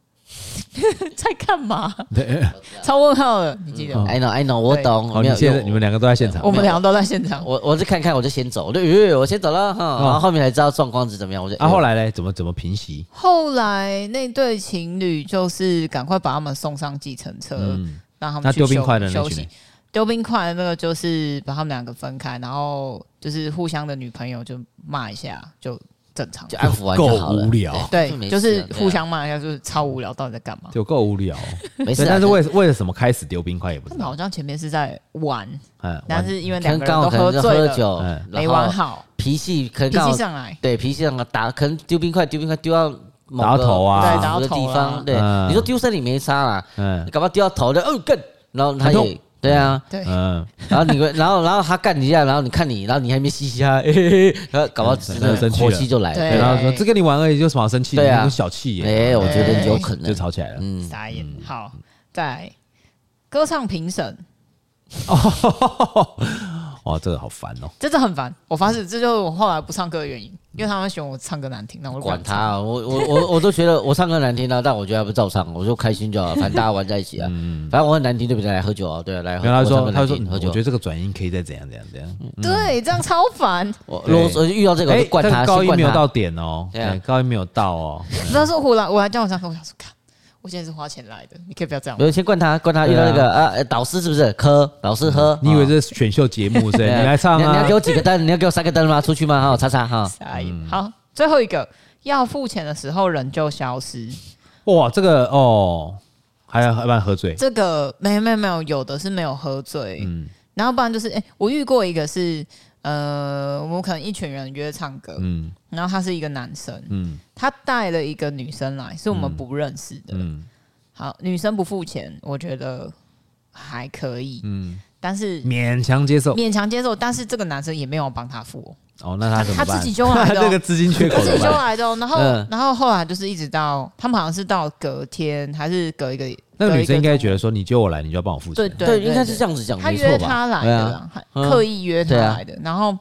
在干嘛？对，超问号的，你记得吗？ I know I know，我对懂，哦，我没你有现在用你们两个都在现场我，们两个都在现场，我我是看看我就先走，我就呃我先走了哈，然后后面才知道状况是怎么样，我就哦啊，后来来嘞怎么怎么平息？后来那对情侣就是赶快把他们送上计程车，嗯，让他们那去丢冰休块的那休群息人。丢冰块的那个就是把他们两个分开，然后就是互相的女朋友就骂一下就正常就。安抚完够就好了无，聊，对就没，就事是了对啊啊互相骂一下，就是超无聊，到底在干嘛？就够无聊。没事对，啊，但是就为为了什么开始丢冰块也不他知们道好，像前面是在玩，嗯，但玩是因为可两能个人刚好都可能就醉喝了，酒嗯，没然后玩好，脾气可能脾刚气好上来。对脾气上打，可能丢冰块丢冰块丢到某打到个头啊对不舒打到服的头地啊方，对，嗯你说丢身体没差啦，嗯你搞不好丢到头的，哦干，然后他很也痛对啊，对，嗯， 然后你会，然后然后他干你一下，然后你看你，然后你还没嘻嘻哈，嘿嘿嘿然后搞不好真嗯的生气火了气就来对对了，然后说这跟你玩而已，有什么好生气的？对啊你很小气耶，哎，我觉得有可就能，吵起来了。嗯，傻眼。好，再来歌唱评审， 哦，哇，这个好烦哦。真的很烦。我发誓，这就是我后来不唱歌的原因，因为他们嫌我唱歌难听，那我就不想管他唱。啊，我我我我都觉得我唱歌难听啊，但我觉得还不照唱，我就开心就好，反正大家玩在一起啊，反正我很难听，对不对？来喝酒啊，对啊，来喝。然后嗯他我唱说，歌他难说，听嗯喝我酒觉得。这个转音可以再怎样怎样怎样。嗯对，这样超 烦。我如果说遇到这个，我哎就，灌但他，是高先音灌没有他到。点哦，对啊对，高音没有到哦。那时候我来，我来叫我唱歌，我想说，看，我现在是花钱来的，你可以不要这样没。有，先灌他，灌他。对遇啊嗯到那个啊，哎导师是不是科？老师喝？你以为啊这是选秀节目是不是？对啊你来唱你要你要啊给！我几个灯？你要给我三个灯吗？出去吗？哈，叉叉哈。傻眼。好，最后一个，要付钱的时候人就消失。哇，这个哦，还要还蛮喝醉。这个没有没有没有，有的是没有喝醉，嗯然后不然就是，哎、我遇过一个是，呃，我们可能一群人约唱歌，嗯然后他是一个男生，嗯他带了一个女生来，是我们不认识的。嗯好，女生不付钱，我觉得还可以，嗯，但是勉强接受。勉强接受。但是这个男生也没有帮他付、哦，哦，那他怎么他办？自己就来的哦这个资金缺口他自怎己么就办？来的哦、然后，嗯然后后来就是一直到他们好像是到隔天，还是隔一个，那个女生应该得觉得说，你揪我来，你就要帮我付对钱。对对，应该是这样子讲，他没约错吧？他来对的啊，啦，还嗯刻意约他对啊来的。然后，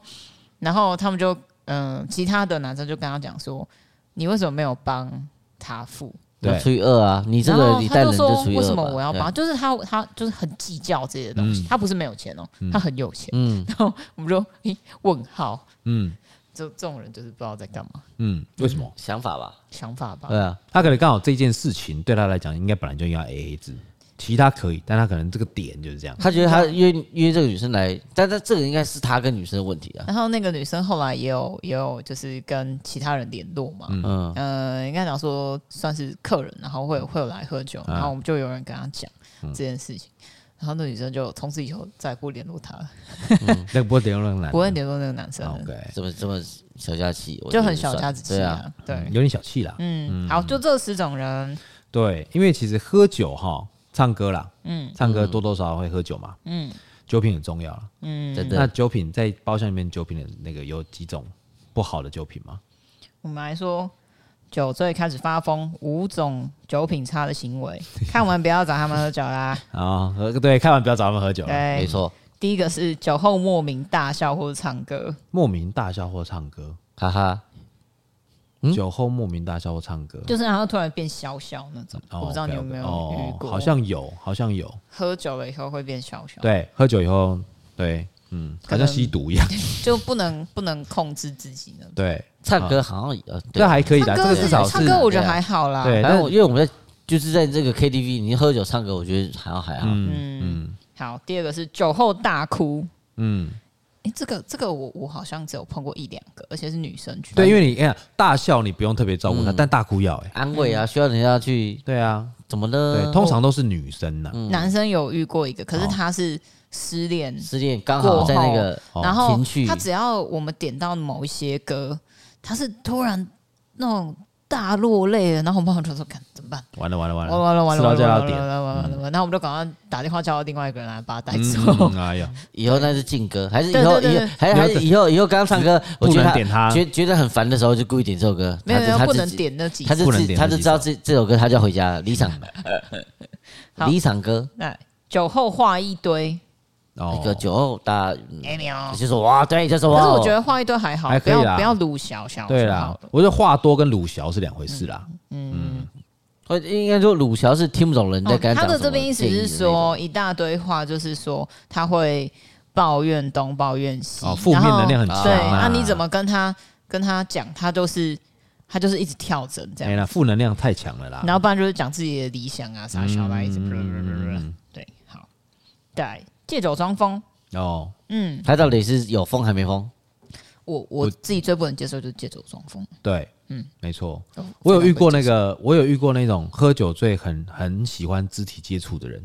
然后他们就嗯、呃其他的男生就跟他讲说，你为什么没有帮他付？那对除以二啊，你这然个后你带他人说就除以二吧。为什么我要对啊帮？？就是他他就是很计较这些东西，嗯他不是没有钱哦、他很有钱。嗯，然后我们就诶问号，嗯就这种人就是不知道在干嘛，嗯，为什么？想法 吧。想法吧对。啊，他可能刚好这件事情对他来讲，应该本来就应该 A A 制，其他可以，但他可能这个点就是这样。他觉得他约约这个女生来，但他这个应该是他跟女生的问题啊。然后那个女生后来也有也有就是跟其他人联络嘛，嗯，呃，应该讲说算是客人，然后会会有来喝酒，然后我们就有人跟他讲这件事情，然后那女生就从此以后再也不联络他了，那个不会点用那个男的，嗯不会联络那个男生了， OK，怎么这么小家气？我就觉很得小算家子气对啊，啊。对，有点小气啦。嗯，好，就这十种人，对，因为其实喝酒哈，唱歌啦，嗯，唱歌多多少少会喝酒嘛，嗯，酒品很重要啦。真嗯那的。酒品在包厢里面，酒品的那个有几种不好的酒品吗？我们来说酒醉开始发疯五种酒品差的行为，看完不要找他们喝酒啦。啊，喝对，啊看完不要找他们喝酒了，对没，错，第一个是酒后莫名大笑或者唱歌，莫名大笑或唱歌，哈哈，酒后莫名大笑或唱歌，嗯就是然后突然变小小那种，哦我不知道你有 OK，OK，没有哦遇过，好像有，好像有，喝酒了以后会变小小，，对，喝酒以后，对，嗯，好可像能吸毒一 样，就不能不能控制自己呢。对，唱歌好像也呃，对这，还可以的，唱这歌个至少是唱歌，我觉得对啊还好啦。对反正我因为我们在就是在这个 KTV，你喝酒唱歌，我觉得还好还好。嗯嗯好，第二个是酒后大哭。嗯，哎、这个这个我我好像只有碰过一两个，而且是女生去。对，因为你看大笑你不用特别照顾他，嗯但大哭要哎，安慰啊，需要人家去对啊，怎么了？呃对，通常都是女生啊呐，男生有遇过一个，可是哦他是失恋，失恋刚好在那个哦然后情绪他只要我们点到某一些歌，他是突然那种大落泪了，然后我们就说：“看怎么办？完了完了完完了，了哦完了完吃到了完这了要点完了完，了完了完了！”然后我们就赶快打电话叫另外一个人来把他带嗯走。嗯 哎呀，以后那是禁歌，还是以后对对以对后还是还是以后以后刚刚唱歌，我不觉得能他点他，觉觉得很烦的时候就故意点这首歌，没有他没就有，他不自能己，点那几他首。就不能自点他那就几知道首这这首歌他就要回家了，离场 好离场歌那哎酒后话一堆，哦那个酒后大家嗯哎呦就说哇，对，这首可是哇，我觉得话一堆还好还，不可以要啦不要鲁小小。对就啦好了，哦嗯我觉得话多跟鲁小是两回事啦。我应该说鲁乔是听不懂人在哦，跟他讲的什这么边意思建议是的那种，说一大堆话，就是说他会抱怨东抱怨西，哦，负面然后能量很强对，啊那你怎么跟他跟他讲？他都是他就是一直跳针这没样，啦，哎负能量太强了啦。然后不然就是讲自己的理想啊，啥小白一直嗯 blah blah blah blah 对，好，再来借酒装疯。哦，嗯，他到底是有风还没风？我我自己最不能接受就是借酒装疯。对，嗯，没错。哦我有遇过这那个，我有遇过那种喝酒醉很很喜欢肢体接触的人，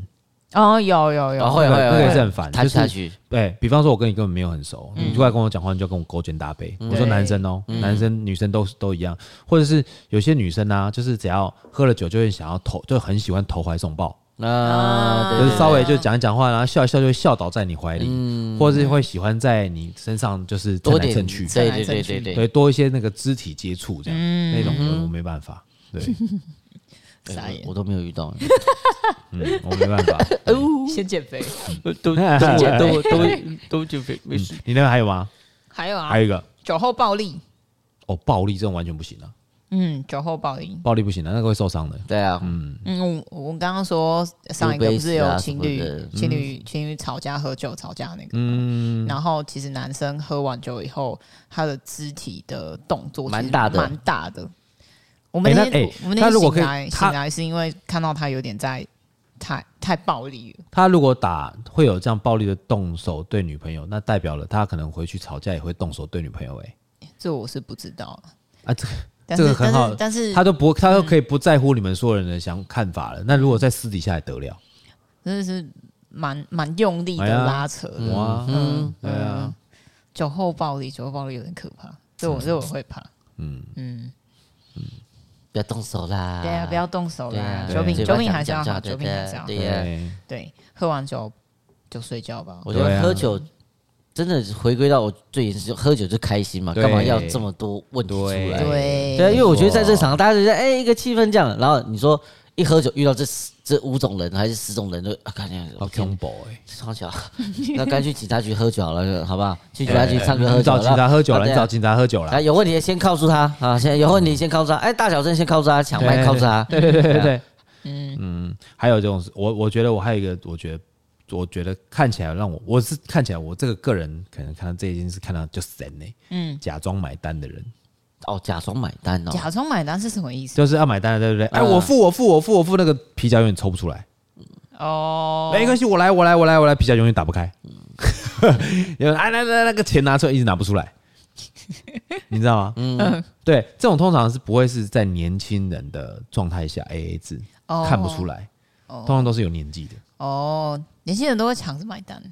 个哦，有有有，哦会那个那会个也是会很烦。他就下是去，对哎比方说，我跟你根本没有很熟，嗯你过来跟我讲话，你就跟我勾肩搭背。我说对男生哦，男生女生都是都一样，或者是有些女生啊，就是只要喝了酒就会想要投，就很喜欢投怀送抱。啊，就对是稍微就讲一讲话，然后笑一笑就会笑倒在你怀里，或者是会喜欢在你身上就是蹭嗯多来点蹭去，对蹭来对蹭对去对对对，多一些那个肢体接触这样，嗯那种我我没办法， 对，个傻眼我，我都没有遇到，嗯，我没办法。哦先减肥。 都都 都都都就没没嗯你那边还有吗？还有啊还，有一个酒后暴力。哦，暴力这种完全不行啊，嗯，酒后暴力。暴力不行啊，那个会受伤的。对啊，嗯，我我刚刚说上一个杯不是子啊有什情么侣、的情侣情侣吵架喝酒吵架那个，嗯，然后其实男生喝完酒以后，他的肢体的动作其实蛮大的蛮大的。我们那哎那天、哎我们那他天如果可醒以来他醒来是因为看到他有点在太太暴力了，他如果打会有这样暴力的动手对女朋友，那代表了他可能回去吵架也会动手对女朋友，哎，这我是不知道啊这个但这是个很好但是他但是都不他都可以不在乎你们所有人的想看法了。那如果在私底下也得了？真的是蛮蛮用力的哎呀拉扯的。哇，嗯，对啊，酒后暴力，酒后暴力有点可怕，这我这我会怕。嗯，嗯。不要动手啦，对啊，不要动手对啊啦，对酒品嘴酒巴品讲还是要讲好，就酒品对还是嗯要好对啊对，啊对，喝完酒就睡觉吧。我觉得对啊喝酒真的是回归到我最严重，喝酒就开心嘛，对干嘛要这么多问题出对来？对对啊，因为我觉得在这没场大家就在哎一个气氛这样，然后你说一喝酒遇到这十这五种人还是十种人，就啊感觉好恐怖哎，超巧， 那干脆警察局喝酒好了，好不好？去警察局唱歌喝你酒找了，警察喝酒了，你对啊找警察喝酒了啊，，有问题先告诉他啊！现在有问题先告诉他，哎，大小声先告诉他，抢麦告诉他，啊对对啊 对对对对，嗯嗯，还有这种事，我我觉得我还有一个，我觉得。我觉得看起来让我，我是看起来我这个个人可能看到这一件事看到就神呢、嗯，假装买单的人哦，假装买单哦，假装买单是什么意思？就是要买单的，对不对？哎、嗯我付，我付，我付，我付，那个皮夹永远抽不出来，哦，没关系，我来，我来，我来，我来，皮夹永远打不开， 有人哎，来来，那个钱拿出来，一直拿不出来，你知道吗？嗯对，这种通常是不会是在年轻人的状态下 A A 制，哦看不出来，哦通常都是有年纪的。哦，年轻人都会抢着买单。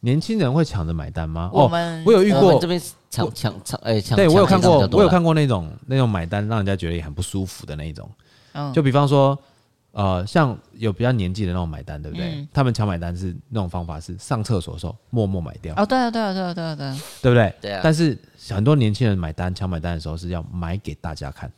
年轻人会抢着买单吗？我哦，们我有遇我们过这，边抢抢抢，哎，抢对我有看过，我有看过，过那种那种买单让人家觉得也很不舒服的那一种。嗯就比方说，呃，像有比较年纪的那种买单，对不对？嗯他们抢买单是那种方法是上厕所的时候默默买掉，哦，对啊，对啊，对啊，对啊，对啊，对不对？对啊但是很多年轻人买单抢买单的时候是要买给大家看，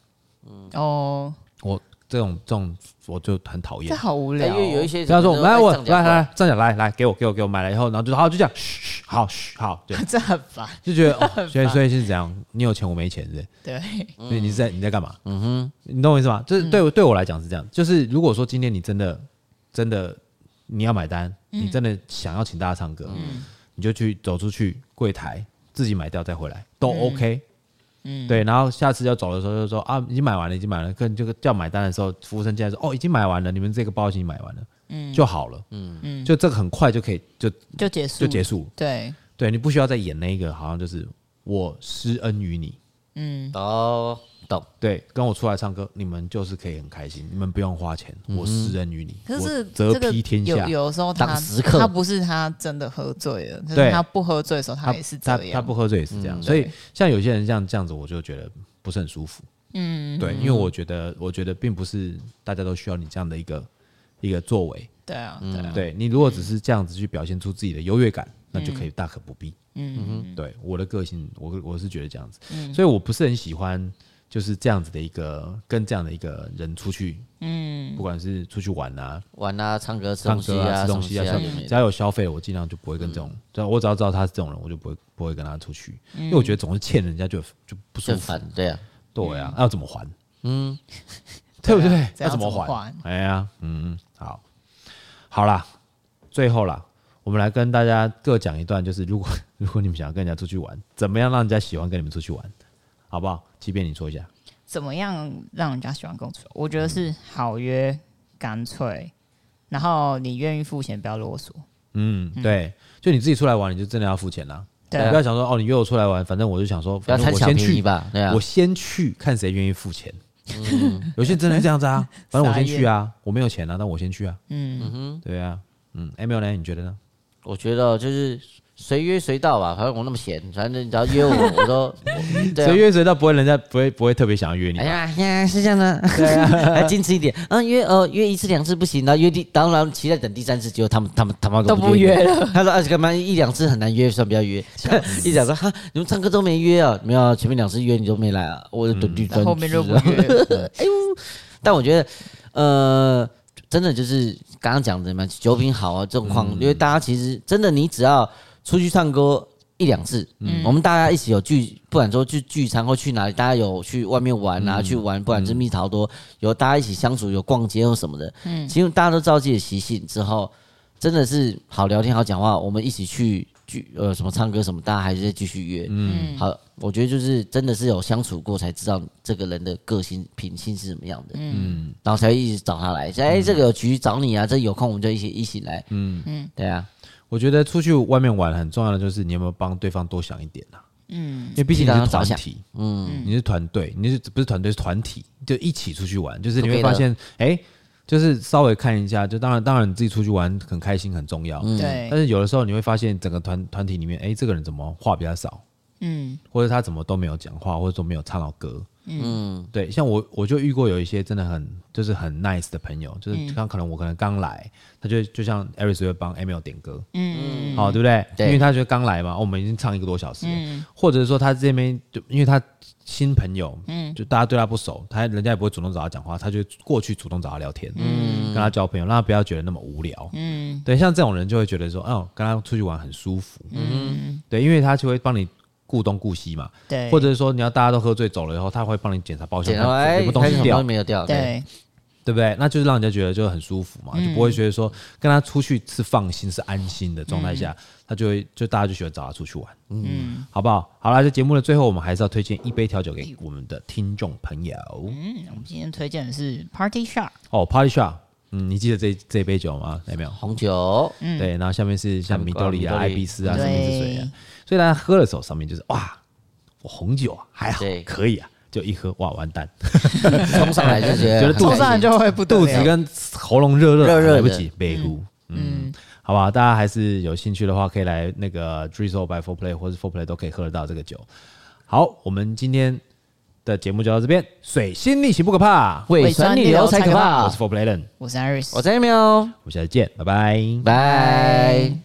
哦，我这种这种我就很讨这厌。好无哎因聊哦。为有一些这样说，人都来爱我上脚来怪来站起来来来给我给我给我买了以后，然后就好就这样，嘘嘘好嘘好，对， 这很烦，就觉得哦，所以所以是怎样？你有钱我没钱是不是？对，所以你是在你在干嘛？嗯哼，你懂我意思吗？就是对我对我来讲是这样，就是如果说今天你真的真的你要买单，你真的想要请大家唱歌，你就去走出去柜台自己买掉再回来都 OK。嗯，对，然后下次要走的时候就说啊，已经买完了，已经买了。跟这个叫买单的时候，服务生进来说哦，已经买完了，你们这个包已经买完了，嗯，就好了，嗯嗯，就这个很快就可以就就结束，就结束了，对，对你不需要再演那个好像就是我施恩于你，嗯，哦，懂，对，跟我出来唱歌，你们就是可以很开心，你们不用花钱，我施恩于你，可我是泽这个披天下有。有的时候他当食客他不是他真的喝醉了，可对是他不喝醉的时候他也是这他样，他不喝醉也是这样，嗯所以对像有些人这样这样子，我就觉得不是很舒服。嗯，对，因为我觉得我觉得并不是大家都需要你这样的一个一个作为。对啊，嗯对啊，对你如果只是这样子去表现出自己的优越感，那就可以大可不必。嗯，对我的个性，我我是觉得这样子，所以我不是很喜欢就是这样子的一个跟这样的一个人出去，嗯，不管是出去玩啊，玩啊，唱歌、吃唱东西歌啊、吃什东么西啊嗯啊，有像的没只的，要有消费，我尽量就不会跟这种，只要我只要知道他是这种人，我就不会不会跟他出去，因为我觉得总是欠人家就就不舒就服烦，，对啊，对啊，那要怎么还？嗯， 对不对？这要要怎么怎么还还？哎呀，嗯，好，好啦，最后啦，我们来跟大家各讲一段，就是如果 如果你们想要跟人家出去玩，怎么样让人家喜欢跟你们出去玩，好不好？即便你说一下，怎么样让人家喜欢跟我出来？我觉得嗯是好约、干脆，然后你愿意付钱，不要啰嗦。嗯，对，就你自己出来玩，你就真的要付钱啦。对你啊不要想说哦，你约我出来玩，反正我就想说，不要反正贪我小先便去宜吧，对啊我，先去看谁愿意付钱。嗯有些人真的是这样子 啊，反正我先去啊，我没有钱啊，但我先去啊。嗯，对啊，嗯，M L 呢？你觉得呢？我觉得就是随约随到吧，反正我那么闲，反正你只要 约我，我都我对啊谁约谁到不会，人家不会不会特别想要约你哎吧。呀呀，是这样的，啊 还矜持一点。嗯，约哦，约一次两次不行，然后约第，当然期待等第三次，结果他们他们他妈都不约了。 他说：“啊，干嘛一两次很难约，算不要约。” 一讲说：“哈，你们唱歌都没约啊？没有啊，前面两次约你都没来啊，我就等第三然次。”嗯后后面就不啊约了。但我觉得，呃，真的就是刚刚讲的嘛，酒品好啊，状况，因为大家其实真的，你只要出去唱歌一两次，我们大家一起有聚，不管说去聚餐或去哪里，大家有去外面玩啊，去玩，不管是蜜桃多，有大家一起相处，有逛街或什么的，嗯，其实大家都知道自己的习性之后，真的是好聊天好讲话，我们一起去。聚呃什么唱歌什么，大家还是在继续约。嗯，好，我觉得就是真的是有相处过才知道这个人的个性品性是怎么样的。嗯，然后才一直找他来，嗯说哎、这个有局找你啊，这有空我们就一起一起来。嗯嗯，对啊，我觉得出去外面玩很重要的就是你有没有帮对方多想一点啊。嗯，因为毕竟你替大是家着团想体，嗯，你是团队，你是不是团队是团体，就一起出去玩，就是你会 Together 发现，哎，就是稍微看一下，就当然当然你自己出去玩很开心很重要，嗯但对，是有的时候你会发现，整个团团体里面，哎、这个人怎么话比较少，嗯，或者他怎么都没有讲话，或者说没有唱到歌。嗯，对，像我我就遇过有一些真的很就是很 nice 的朋友，就是刚可能我可能刚来，他就就像 Eris 会帮 Emil 点歌，嗯，好、对不对？对因为他觉得刚来嘛、哦我们已经唱一个多小时了，或者说他这边就因为他新朋友，嗯，就大家对他不熟，他人家也不会主动找他讲话，他就过去主动找他聊天，嗯，跟他交朋友，让他不要觉得那么无聊，嗯，对，像这种人就会觉得说，哦，跟他出去玩很舒服，嗯，对，因为他就会帮你顾东顾西嘛，对，或者是说你要大家都喝醉走了以后，他会帮你检查包厢，捡到看哎，有没有东他西什么掉都，没有掉，对，对不对？那就是让人家觉得就很舒服嘛，就不会觉得说跟他出去是放心、是安心的状态下，他就会就大家就喜欢找他出去玩，嗯，好不好？好啦，这节目的最后，我们还是要推荐一杯调酒给我们的听众朋友、嗯，我们今天推荐的是 Party Shark，哦，Party Shot。嗯，你记得这这杯酒吗？有没有？红酒，嗯对，然后下面是像米豆里啊、米豆艾里比斯啊、对生命之水啊，所以大家喝的时候，上面就是哇，我红酒啊还好对，可以啊，就一喝哇，完蛋，冲上来就觉 觉得得很肚子坐开心上来就会不得肚子了跟喉咙热热，热热来不的及，杯呼，嗯，好吧，大家还是有兴趣的话，可以来那个 Drizzle by Four Play 或是 Four Play 都可以喝得到这个酒。好，我们今天的节目就到这边，水星逆行不可怕，胃酸逆流才可我怕是。Four Play 人，我是 Iris，我在喵，我们下次见，拜拜。哦拜。